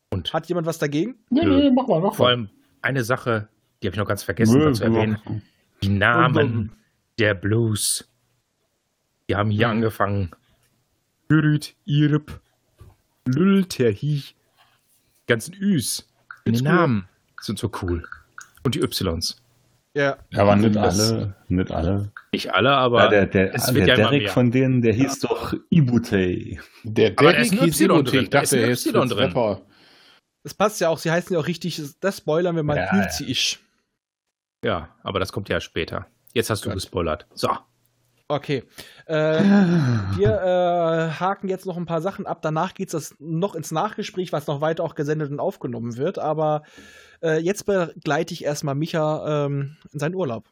Und Hat jemand was dagegen? Nee, Nö. nee, mach mal, mach vor mal. allem eine Sache, die habe ich noch ganz vergessen Nö, zu erwähnen. Die Namen der Blues. Die haben hier angefangen. Hürüt, Irp, Lülterhi. Die ganzen Üs. Die Find's cool. Namen sind so cool. Und die Ys. Ja, Aber nicht Das- alle, nicht alle. Nicht alle, aber Ja, der der, es der wird ja immer Derek mehr. von denen, der hieß doch Ibutei. Der Aber da ist Derek ein hieß Y drin. Imotech. Ich Da ist dachte, ein er ist Y Fritz drin. Rapper. das passt ja auch. Sie heißen ja auch richtig, das spoilern wir mal. Ja, Ja, ich. ja, aber das kommt ja später. Jetzt hast du Gott. gespoilert. So. Okay. Äh, wir äh, haken jetzt noch ein paar Sachen ab. Danach geht es noch ins Nachgespräch, was noch weiter auch gesendet und aufgenommen wird. Aber äh, jetzt begleite ich erstmal Micha ähm, in seinen Urlaub.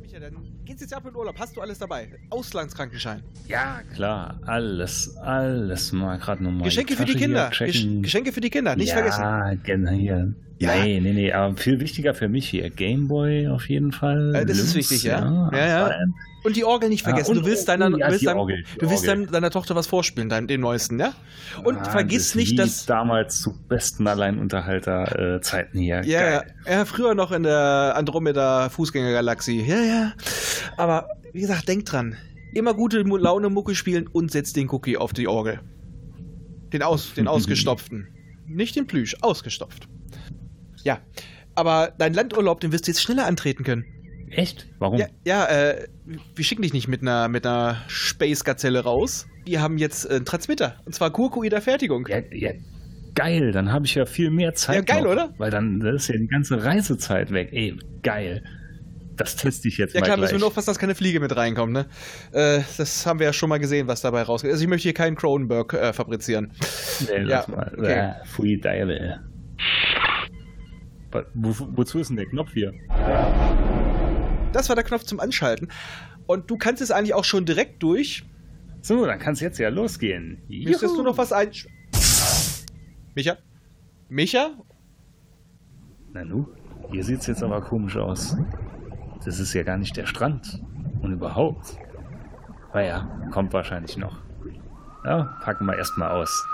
Micha, dann geht's jetzt ab in den Urlaub. Hast du alles dabei? Auslandskrankenschein. Ja, klar, alles, alles mal gerade nochmal. Geschenke für die Kinder. Gesch Geschenke für die Kinder, nicht ja, vergessen. Genau, hier. Ja. Nee, nee, nee, aber viel wichtiger für mich hier. Gameboy auf jeden Fall. Äh, das ist wichtig, ja. Ja, ja. Rhein. Und die Orgel nicht vergessen. Ah, du und- willst deiner, ja, willst die deinem- Orgel, die du willst Orgel. dein, deiner Tochter was vorspielen, dein, den neuesten, ja? Und Ah, vergiss das nicht, wie dass. damals zu besten Alleinunterhalter-Zeiten hier. Ja, ja, Geil. ja, früher noch in der Andromeda-Fußgängergalaxie. Ja, ja. Aber wie gesagt, denk dran. Immer gute Mu- Laune Mucke spielen und setz den Cookie auf die Orgel. Den, aus, den ausgestopften. Nicht den Plüsch, ausgestopft. Ja. Aber deinen Landurlaub, den wirst du jetzt schneller antreten können. Echt? Warum? Ja, ja äh, wir schicken dich nicht mit einer, mit einer Space-Gazelle raus. Die haben jetzt äh, einen Transmitter. Und zwar Kurkuider Fertigung. Ja, ja, geil, dann habe ich ja viel mehr Zeit. Ja, geil, noch, oder? Weil dann das ist ja die ganze Reisezeit weg. Ey, geil. Das teste ich jetzt Ja mal klar, gleich. müssen wir nur aufpassen, dass keine Fliege mit reinkommt, ne? Äh, das haben wir ja schon mal gesehen, was dabei rausgeht. Also ich möchte hier keinen Cronenberg äh, fabrizieren. Ja, Nee, lass mal. okay. Ah, Pfui, Deibel. Wa- Wo, wozu ist denn der Knopf hier? Das war der Knopf zum Anschalten. Und du kannst es eigentlich auch schon direkt durch. So, dann kann es jetzt ja losgehen. Müsstest du noch was ein... Micha? Micha? Nanu, hier sieht es jetzt aber komisch aus. Das ist ja gar nicht der Strand. Und überhaupt. Naja, kommt wahrscheinlich noch. Ja, packen wir erstmal aus.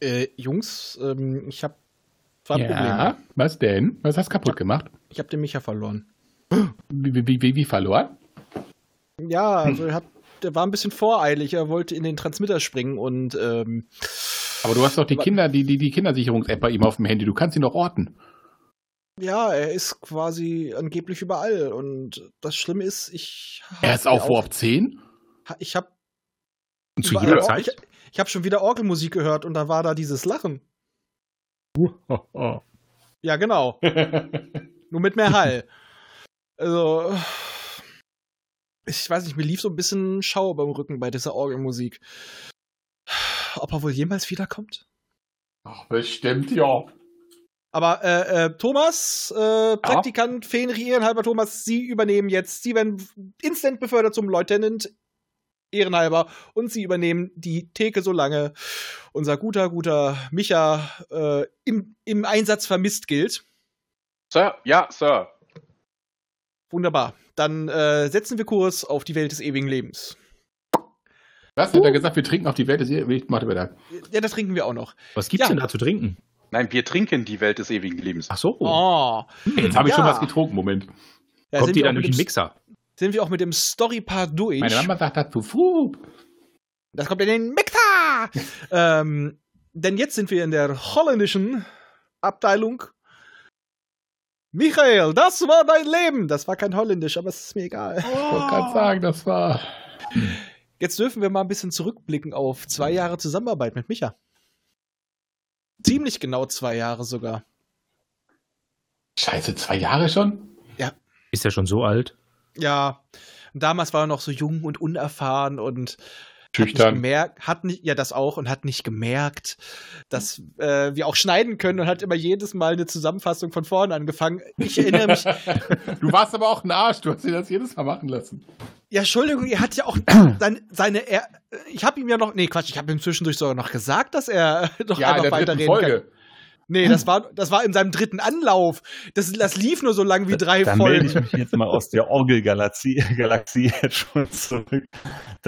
Äh, Jungs, ähm, ich habe Ja. ein Problem. Ne? Was denn? Was hast du kaputt gemacht? Ich habe den Micha verloren. Wie, wie, wie, wie verloren? Ja, Hm. also er hat, der war ein bisschen voreilig. Er wollte in den Transmitter springen und ähm, Aber du hast doch die Kinder, die, die, die Kindersicherungs-App bei ihm auf dem Handy. Du kannst ihn doch orten. ja, er ist quasi angeblich überall. Und das Schlimme ist, ich Er ist hab- auf Warp 10? Ich habe Und zu jeder Ich, Zeit? ich habe schon wieder Orgelmusik gehört und da war da dieses Lachen. Ja, genau. Nur mit mehr Hall. Also, ich weiß nicht, mir lief so ein bisschen Schauer beim Rücken bei dieser Orgelmusik. Ob er wohl jemals wiederkommt? Ach, bestimmt, ja. Aber äh, äh, Thomas, äh, Praktikant Fenri Ehrenhalber Thomas, Sie übernehmen jetzt. Sie werden instant befördert zum Lieutenant Ehrenhalber und Sie übernehmen die Theke, solange unser guter, guter Micha äh, im, im Einsatz vermisst gilt. Sir, ja, Sir. Wunderbar. Dann äh, setzen wir Kurs auf die Welt des ewigen Lebens. Was hat er gesagt? Wir trinken auf die Welt. des- Ich mach dir weiter. Ja, das trinken wir auch noch. Was gibt's Ja. denn da zu trinken? Nein, wir trinken die Welt des ewigen Lebens. Ach so. Oh. Jetzt habe ich schon Ja. was getrunken. Moment. Da Kommt die wir auch dann mit durch dem- den Mixer? Sind wir auch mit dem Storypart durch. Meine Mama sagt dazu, Fuh. Das kommt in den Mixer! ähm, denn jetzt sind wir in der holländischen Abteilung. Michael, das war dein Leben! Das war kein Holländisch, aber es ist mir egal. Ich wollte gerade Oh. sagen, das war. Jetzt dürfen wir mal ein bisschen zurückblicken auf zwei Jahre Zusammenarbeit mit Micha. Ziemlich genau zwei Jahre sogar. Scheiße, zwei Jahre schon? Ist ja schon so alt. Ja, damals war er noch so jung und unerfahren und Nicht Schüchtern. gemerkt, hat nicht, ja, das auch und hat nicht gemerkt, dass äh, wir auch schneiden können und hat immer jedes Mal eine Zusammenfassung von vorne angefangen. Ich erinnere mich, du warst aber auch ein Arsch. Du hast dir das jedes Mal machen lassen. ja, Entschuldigung, er hat ja auch sein, seine, er, ich habe ihm ja noch, nee, Quatsch, ich habe ihm zwischendurch sogar noch gesagt, dass er doch ja, in einfach der dritten weiterreden kann. Folge. Nee, das war, das war in seinem dritten Anlauf. Das, das lief nur so lang wie drei da melde ich Folgen. mich jetzt mal aus der Orgelgalaxie Galaxie jetzt schon zurück.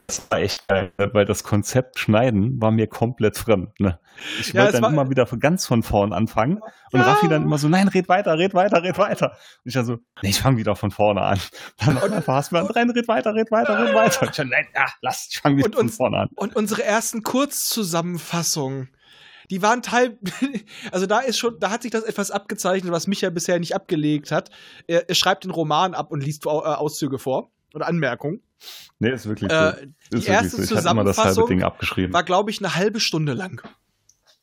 Das war echt geil, ne? weil das Konzept Schneiden war mir komplett fremd. Ne? Ich Ja, es wollte dann war- immer wieder von- ganz von vorn anfangen und Ja. Raffi dann immer so, nein, red weiter, red weiter, red weiter. Und ich dann so, nee, ich fange wieder von vorne an. Dann und, hast du rein, red weiter, red weiter, red weiter. Und ich dann, nein, ah, lass, ich fange wieder Und- von und- vorne an. Und unsere ersten Kurzzusammenfassungen, die waren teil, also da ist schon, da hat sich das etwas abgezeichnet, was Micha bisher nicht abgelegt hat. Er, er schreibt den Roman ab und liest au- äh, Auszüge vor oder Anmerkungen. Nee, ist wirklich so. Äh, die ist erste Ich hatte immer das halbe Zusammenfassung Ding abgeschrieben. war, glaube ich, eine halbe Stunde lang.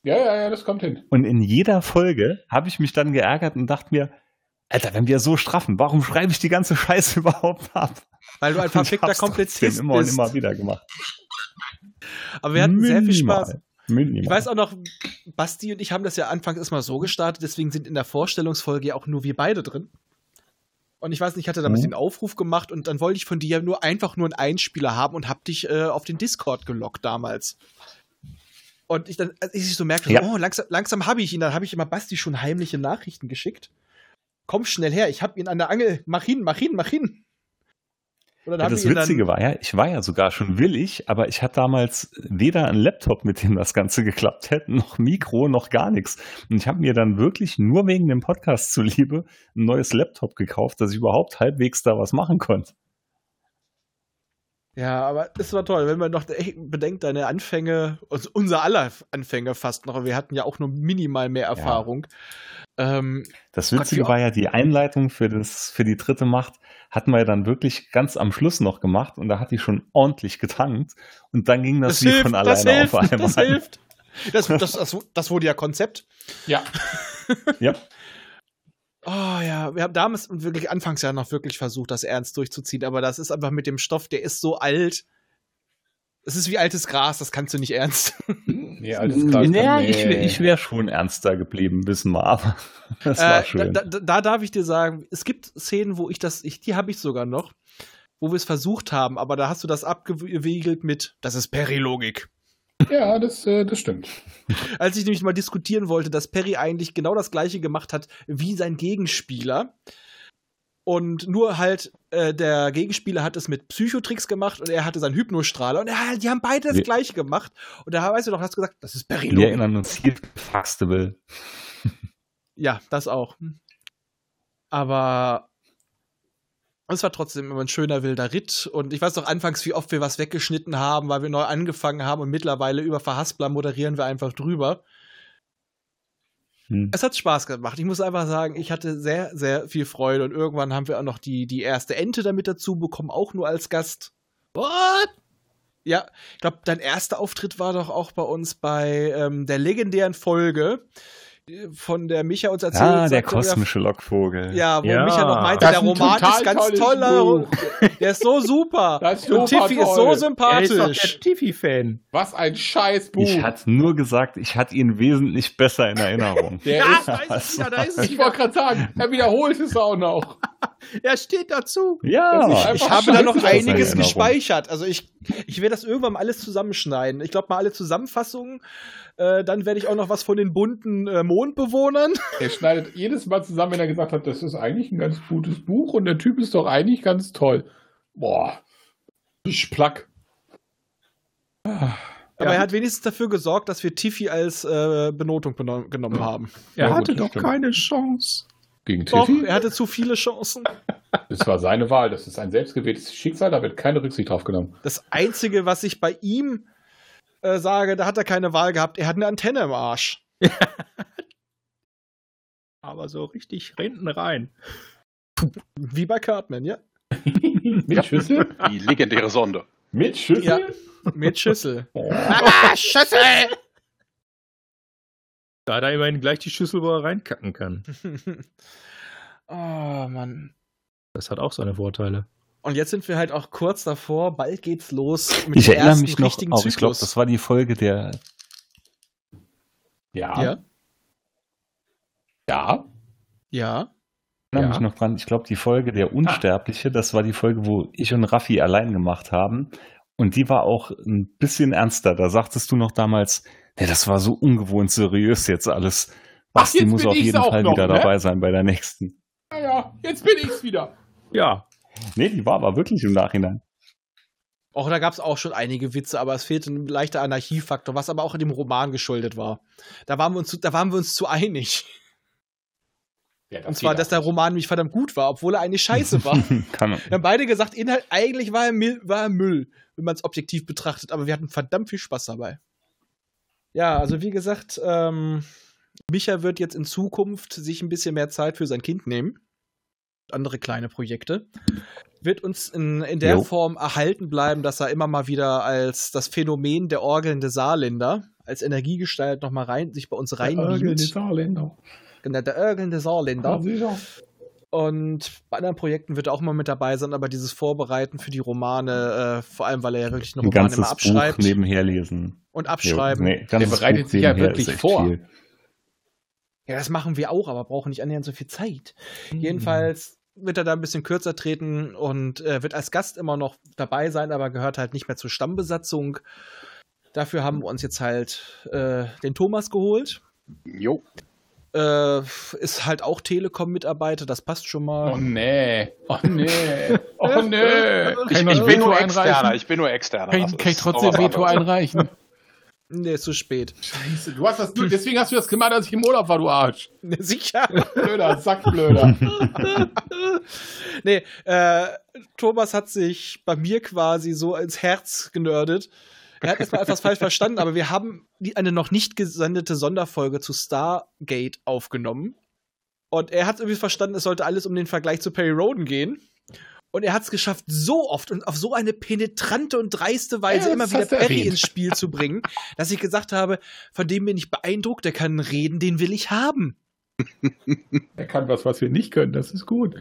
Ja, ja, ja, das kommt hin. Und in jeder Folge habe ich mich dann geärgert und dachte mir, Alter, wenn wir so straffen, warum schreibe ich die ganze Scheiße überhaupt ab? Weil du ein Ich verfickter hab's Komplizist trotzdem immer und bist. immer wieder gemacht. Aber wir hatten sehr viel Minimal. Spaß. Minimal. Ich weiß auch noch, Basti und ich haben das ja anfangs erstmal so gestartet, deswegen sind in der Vorstellungsfolge ja auch nur wir beide drin. Und ich weiß nicht, ich hatte damals Mhm. den Aufruf gemacht und dann wollte ich von dir ja nur einfach nur einen Einspieler haben und hab dich äh, auf den Discord gelockt damals. Und ich dann, als ich so merkte, Ja. oh, langsam, langsam habe ich ihn, dann habe ich immer Basti schon heimliche Nachrichten geschickt. Komm schnell her, ich habe ihn an der Angel, mach hin, mach hin, mach hin. Und dann ja, haben das wir ihn dann- Witzige war ja, ich war ja sogar schon willig, aber ich hatte damals weder einen Laptop, mit dem das Ganze geklappt hätte, noch Mikro, noch gar nichts. Und ich habe mir dann wirklich nur wegen dem Podcast zuliebe ein neues Laptop gekauft, dass ich überhaupt halbwegs da was machen konnte. Ja, aber es war toll, wenn man noch echt bedenkt, deine Anfänge, uns- unser aller Anfänge fast noch, wir hatten ja auch nur minimal mehr Erfahrung. Ähm, Das Gott, Witzige wie war ja, die Einleitung für, das, für die dritte Macht hatten wir ja dann wirklich ganz am Schluss noch gemacht und da hatte ich schon ordentlich getankt und dann ging das, das, wie hilft, von alleine das hilft, auf einmal. das hilft. Das, das, das, das wurde ja Konzept. Ja. Ja. Oh ja, wir haben damals und wirklich anfangs ja noch wirklich versucht, das ernst durchzuziehen, aber das ist einfach mit dem Stoff, der ist so alt. Es ist wie altes Gras, das kannst du nicht ernst. Nee, Naja, ich, wär- ich wäre schon ernster geblieben, wissen wir, aber das war Äh, schön. Da, da, da darf ich dir sagen, es gibt Szenen, wo ich das, ich, die habe ich sogar noch, wo wir es versucht haben, aber da hast du das abgewiegelt mit, das ist Perilogik. Ja, das, äh, das stimmt. Als ich nämlich mal diskutieren wollte, dass Perry eigentlich genau das gleiche gemacht hat wie sein Gegenspieler. Und nur halt, äh, der Gegenspieler hat es mit Psychotricks gemacht und er hatte seinen Hypnostrahler und er, die haben beide das Wir- gleiche gemacht. Und da weißt du doch, hast du gesagt, das ist Perry Wir Logan. erinnern uns hier Fastable. Ja, das auch. Hm. Aber es war trotzdem immer ein schöner wilder Ritt. Und ich weiß noch anfangs, wie oft wir was weggeschnitten haben, weil wir neu angefangen haben und mittlerweile über Verhaspler moderieren wir einfach drüber. Hm. Es hat Spaß gemacht. Ich muss einfach sagen, ich hatte sehr, sehr viel Freude. Und irgendwann haben wir auch noch die, die erste Ente damit dazu bekommen, auch nur als Gast. What? Ja, ich glaube, dein erster Auftritt war doch auch bei uns bei ähm, der legendären Folge, äh, von der Micha uns erzählt Ah, der sagte, kosmische Lockvogel. ja, wo Ja. Micha noch meinte, Das der ist ein Roman total ist ganz tolles toll, Buch. der- der ist so super. Das ist Und super Tiffy ist toll. so Er ist doch sympathisch. der Tiffy-Fan. Was ein Scheißbuch. Ich hatte nur gesagt, ich hatte ihn wesentlich besser in Erinnerung. Der Ah! Ja, ist, da ist es wieder, da ist es ich wollte wieder. gerade sagen, er wiederholt es auch noch. Er steht dazu. ja, Das ist einfach Ich habe da Scheiße, das noch ist eine einiges Erinnerung. gespeichert. Also ich, ich werde das irgendwann mal alles zusammenschneiden. Ich glaube mal alle Zusammenfassungen. Äh, dann werde ich auch noch was von den bunten äh, Mondbewohnern. Er schneidet jedes Mal zusammen, wenn er gesagt hat, das ist eigentlich ein ganz gutes Buch und der Typ ist doch eigentlich ganz toll. Boah. Ich plack. Aber er hat wenigstens dafür gesorgt, dass wir Tiffy als äh, Benotung beno- genommen haben. Er Ja, hatte gut, doch stimmt. keine Chance. Gegen Doch, Tiffy? er hatte zu viele Chancen. Das war seine Wahl. Das ist ein selbstgewähltes Schicksal, da wird keine Rücksicht drauf genommen. Das Einzige, was ich bei ihm äh, sage, da hat er keine Wahl gehabt. Er hat eine Antenne im Arsch. Aber so richtig hinten rein. Wie bei Cartman, ja. Mit Schüssel? Die legendäre Sonde. Mit Schüssel? Ja. Mit Schüssel. Oh. Ah, Schüssel! Da hat er immerhin gleich die Schüssel, wo er reinkacken kann. oh Mann. Das hat auch seine Vorteile. Und jetzt sind wir halt auch kurz davor, bald geht's los mit Ich dem erinnere ersten mich noch, richtigen auf, Zyklus. ich glaube, das war die Folge der Ja. Ja. ja, ja. Ich erinnere mich Ja. noch dran, ich glaube, die Folge Der Unsterbliche, das war die Folge, wo ich und Raffi allein gemacht haben. Und die war auch ein bisschen ernster. Da sagtest du noch damals, nee, das war so ungewohnt seriös jetzt alles. Basti jetzt muss bin auf ich's jeden auch Fall noch, wieder ne? dabei sein bei der nächsten. Ja, ja. Jetzt bin ich's wieder. Ja. Nee, die war aber wirklich im Nachhinein. Auch da gab's auch schon einige Witze, aber es fehlte ein leichter Anarchiefaktor, was aber auch dem Roman geschuldet war. Da waren wir uns zu, da waren wir uns zu einig. Ja, das Und zwar, geht dass der auch nicht. Roman nämlich verdammt gut war, obwohl er eigentlich scheiße war. Kann, Wir haben beide gesagt, Inhalt, eigentlich war er, Mil war er Müll, wenn man es objektiv betrachtet, aber wir hatten verdammt viel Spaß dabei. Ja, also wie gesagt, ähm, Micha wird jetzt in Zukunft sich ein bisschen mehr Zeit für sein Kind nehmen. Andere kleine Projekte. Wird uns in, in der Jo. Form erhalten bleiben, dass er immer mal wieder als das Phänomen der orgelnde Saarländer, als Energiegestalt nochmal rein, sich bei uns reinbeamt. Genau, der orgelnde Saarländer. Und bei anderen Projekten wird er auch mal mit dabei sein, aber dieses Vorbereiten für die Romane, äh, vor allem weil er ja wirklich eine ein Romane immer ganzes Buch abschreibt nebenher lesen. und Jo, abschreiben. nee, ganzes Der bereitet Buch sich ja nebenher wirklich ist echt vor. viel. Ja, das machen wir auch, aber brauchen nicht annähernd so viel Zeit. Jedenfalls wird er da ein bisschen kürzer treten und äh, wird als Gast immer noch dabei sein, aber gehört halt nicht mehr zur Stammbesatzung. Dafür haben wir uns jetzt halt äh, den Thomas geholt. Jo. Äh, ist halt auch Telekom-Mitarbeiter, das passt schon mal. Oh nee. Oh nee. Oh nee. Ich, noch ich ein bin Veto nur einreichen? externer. Ich bin nur externer. Kann, Das ich- kann ich ist trotzdem noch was Veto anderes. einreichen? Nee, ist zu spät. Scheiße, du hast das, du, deswegen hast du das gemacht, als ich im Urlaub war, du Arsch. Sicher. Blöder, Sackblöder. nee, äh, Thomas hat sich bei mir quasi so ins Herz genördet. Er hat erstmal etwas falsch verstanden, aber wir haben die- eine noch nicht gesendete Sonderfolge zu Stargate aufgenommen. Und er hat irgendwie verstanden, es sollte alles um den Vergleich zu Perry Roden gehen. Und er hat es geschafft, so oft und auf so eine penetrante und dreiste Weise Ja, immer das wieder hast du Perry erwähnt. ins Spiel zu bringen, dass ich gesagt habe, von dem bin ich beeindruckt, der kann reden, den will ich haben. Er kann was, was wir nicht können, das ist gut.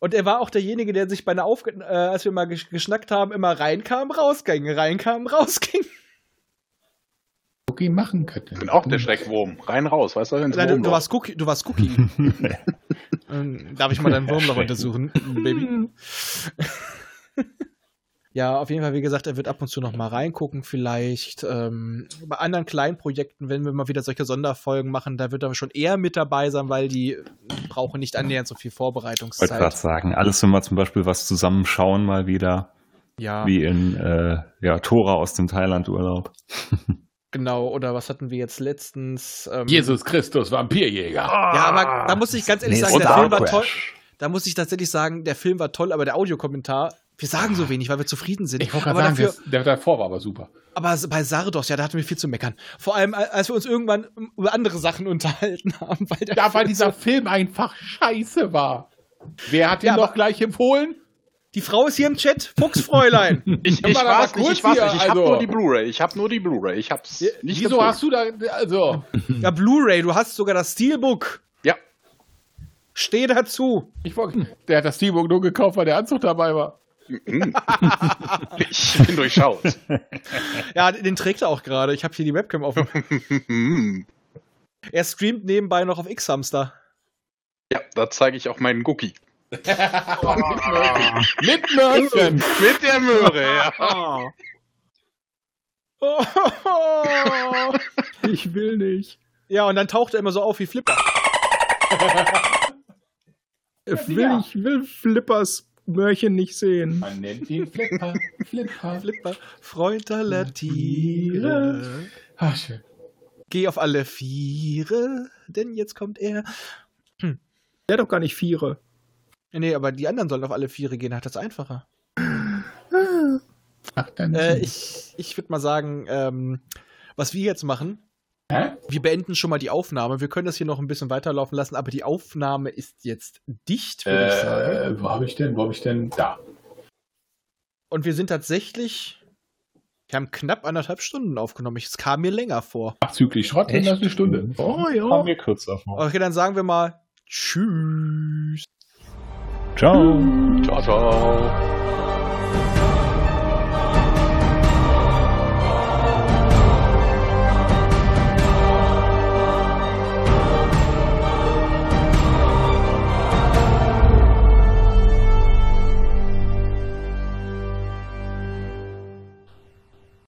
Und er war auch derjenige, der sich bei einer Aufge äh, als wir mal gesch- geschnackt haben, immer reinkam, rausging, reinkam, rausging. Cookie machen könnte. Ich bin auch der Schreckwurm. Rein, raus. Weißt du, ins Nein, du, du Wurmloch. warst Cookie. Du warst Cookie. Ähm, Darf ich mal deinen Wurmloch untersuchen, Baby? Ja, auf jeden Fall, wie gesagt, er wird ab und zu noch mal reingucken, vielleicht. Ähm, bei anderen kleinen Projekten, wenn wir mal wieder solche Sonderfolgen machen, da wird er schon eher mit dabei sein, weil die brauchen nicht annähernd so viel Wollte halt gerade Vorbereitungszeit. sagen, alles, wenn wir zum Beispiel was zusammenschauen, mal wieder, Ja, wie in äh, ja, Tora aus dem Thailand-Urlaub. genau. Oder was hatten wir jetzt letztens? Ähm, Jesus Christus, Vampirjäger. Ja, aber da muss ich ganz ehrlich Nee, sagen, der Star Film war toll. Crash. Da muss ich tatsächlich sagen, der Film war toll, aber der Audiokommentar, wir sagen so wenig, weil wir zufrieden sind. Ah. Ich wollte aber gerade sagen, dafür, das, der davor war aber super. aber bei Sardos, ja, da hatten wir viel zu meckern. Vor allem, als wir uns irgendwann über andere Sachen unterhalten haben, weil der Ja, weil Film dieser so- Film einfach scheiße war. Wer hat ihn Ja, aber- noch gleich empfohlen? Die Frau ist hier im Chat, Fuchsfräulein. Ich, ich aber war's mal nicht, kurz ich war's hier, nicht. Ich hab also. nur die Blu-ray. Ich hab nur die Blu-ray. Ich hab's nicht Wieso empfohlen. hast du da, also, ja, Blu-ray, du hast sogar das Steelbook. Ja. Steh dazu. ich wollte, der hat das Steelbook nur gekauft, weil der Anzug dabei war. Mhm. ich bin durchschaut. Ja, den trägt er auch gerade. Ich habe hier die Webcam offen. Mhm. er streamt nebenbei noch auf X-Hamster. ja, da zeige ich auch meinen Gucki. Mit Möhrchen. Mit der Möhre, ja. Oh. Ich will nicht. ja, und dann taucht er immer so auf wie Flipper. Ich will, ich will Flippers Möhrchen nicht sehen. Man nennt ihn Flipper. Flipper. Flipper, Freund aller Tiere. Ach, Ah, schön. Geh auf alle Viere, denn jetzt kommt er. Der doch gar nicht Viere. Nee, aber die anderen sollen auf alle Viere gehen, hat das einfacher. Ach, Mhm. dann Äh, ich ich würde mal sagen, ähm, was wir jetzt machen, Hä? wir beenden schon mal die Aufnahme. Wir können das hier noch ein bisschen weiterlaufen lassen, aber die Aufnahme ist jetzt dicht, würde ich sagen. Äh, wo habe ich denn, wo habe ich denn, da. Und wir sind tatsächlich, wir haben knapp anderthalb Stunden aufgenommen. Ich- Es kam mir länger vor. Ach, züglich Schrott, denn das ist eine Stunde. Oh ja. Haben wir kurz davor. Okay, dann sagen wir mal Tschüss. Ciao. Ciao, ciao.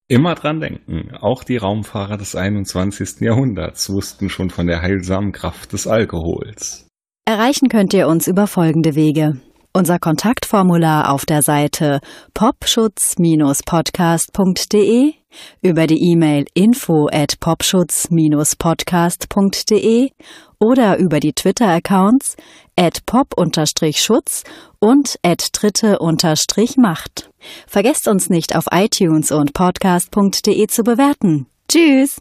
Immer dran denken, auch die Raumfahrer des 21. Jahrhunderts wussten schon von der heilsamen Kraft des Alkohols. Erreichen könnt ihr uns über folgende Wege. Unser Kontaktformular auf der Seite popschutz-podcast.de, über die E-Mail info at popschutz-podcast.de oder über die Twitter-Accounts at pop-schutz und at dritte-macht. Vergesst uns nicht auf iTunes und podcast.de zu bewerten. Tschüss!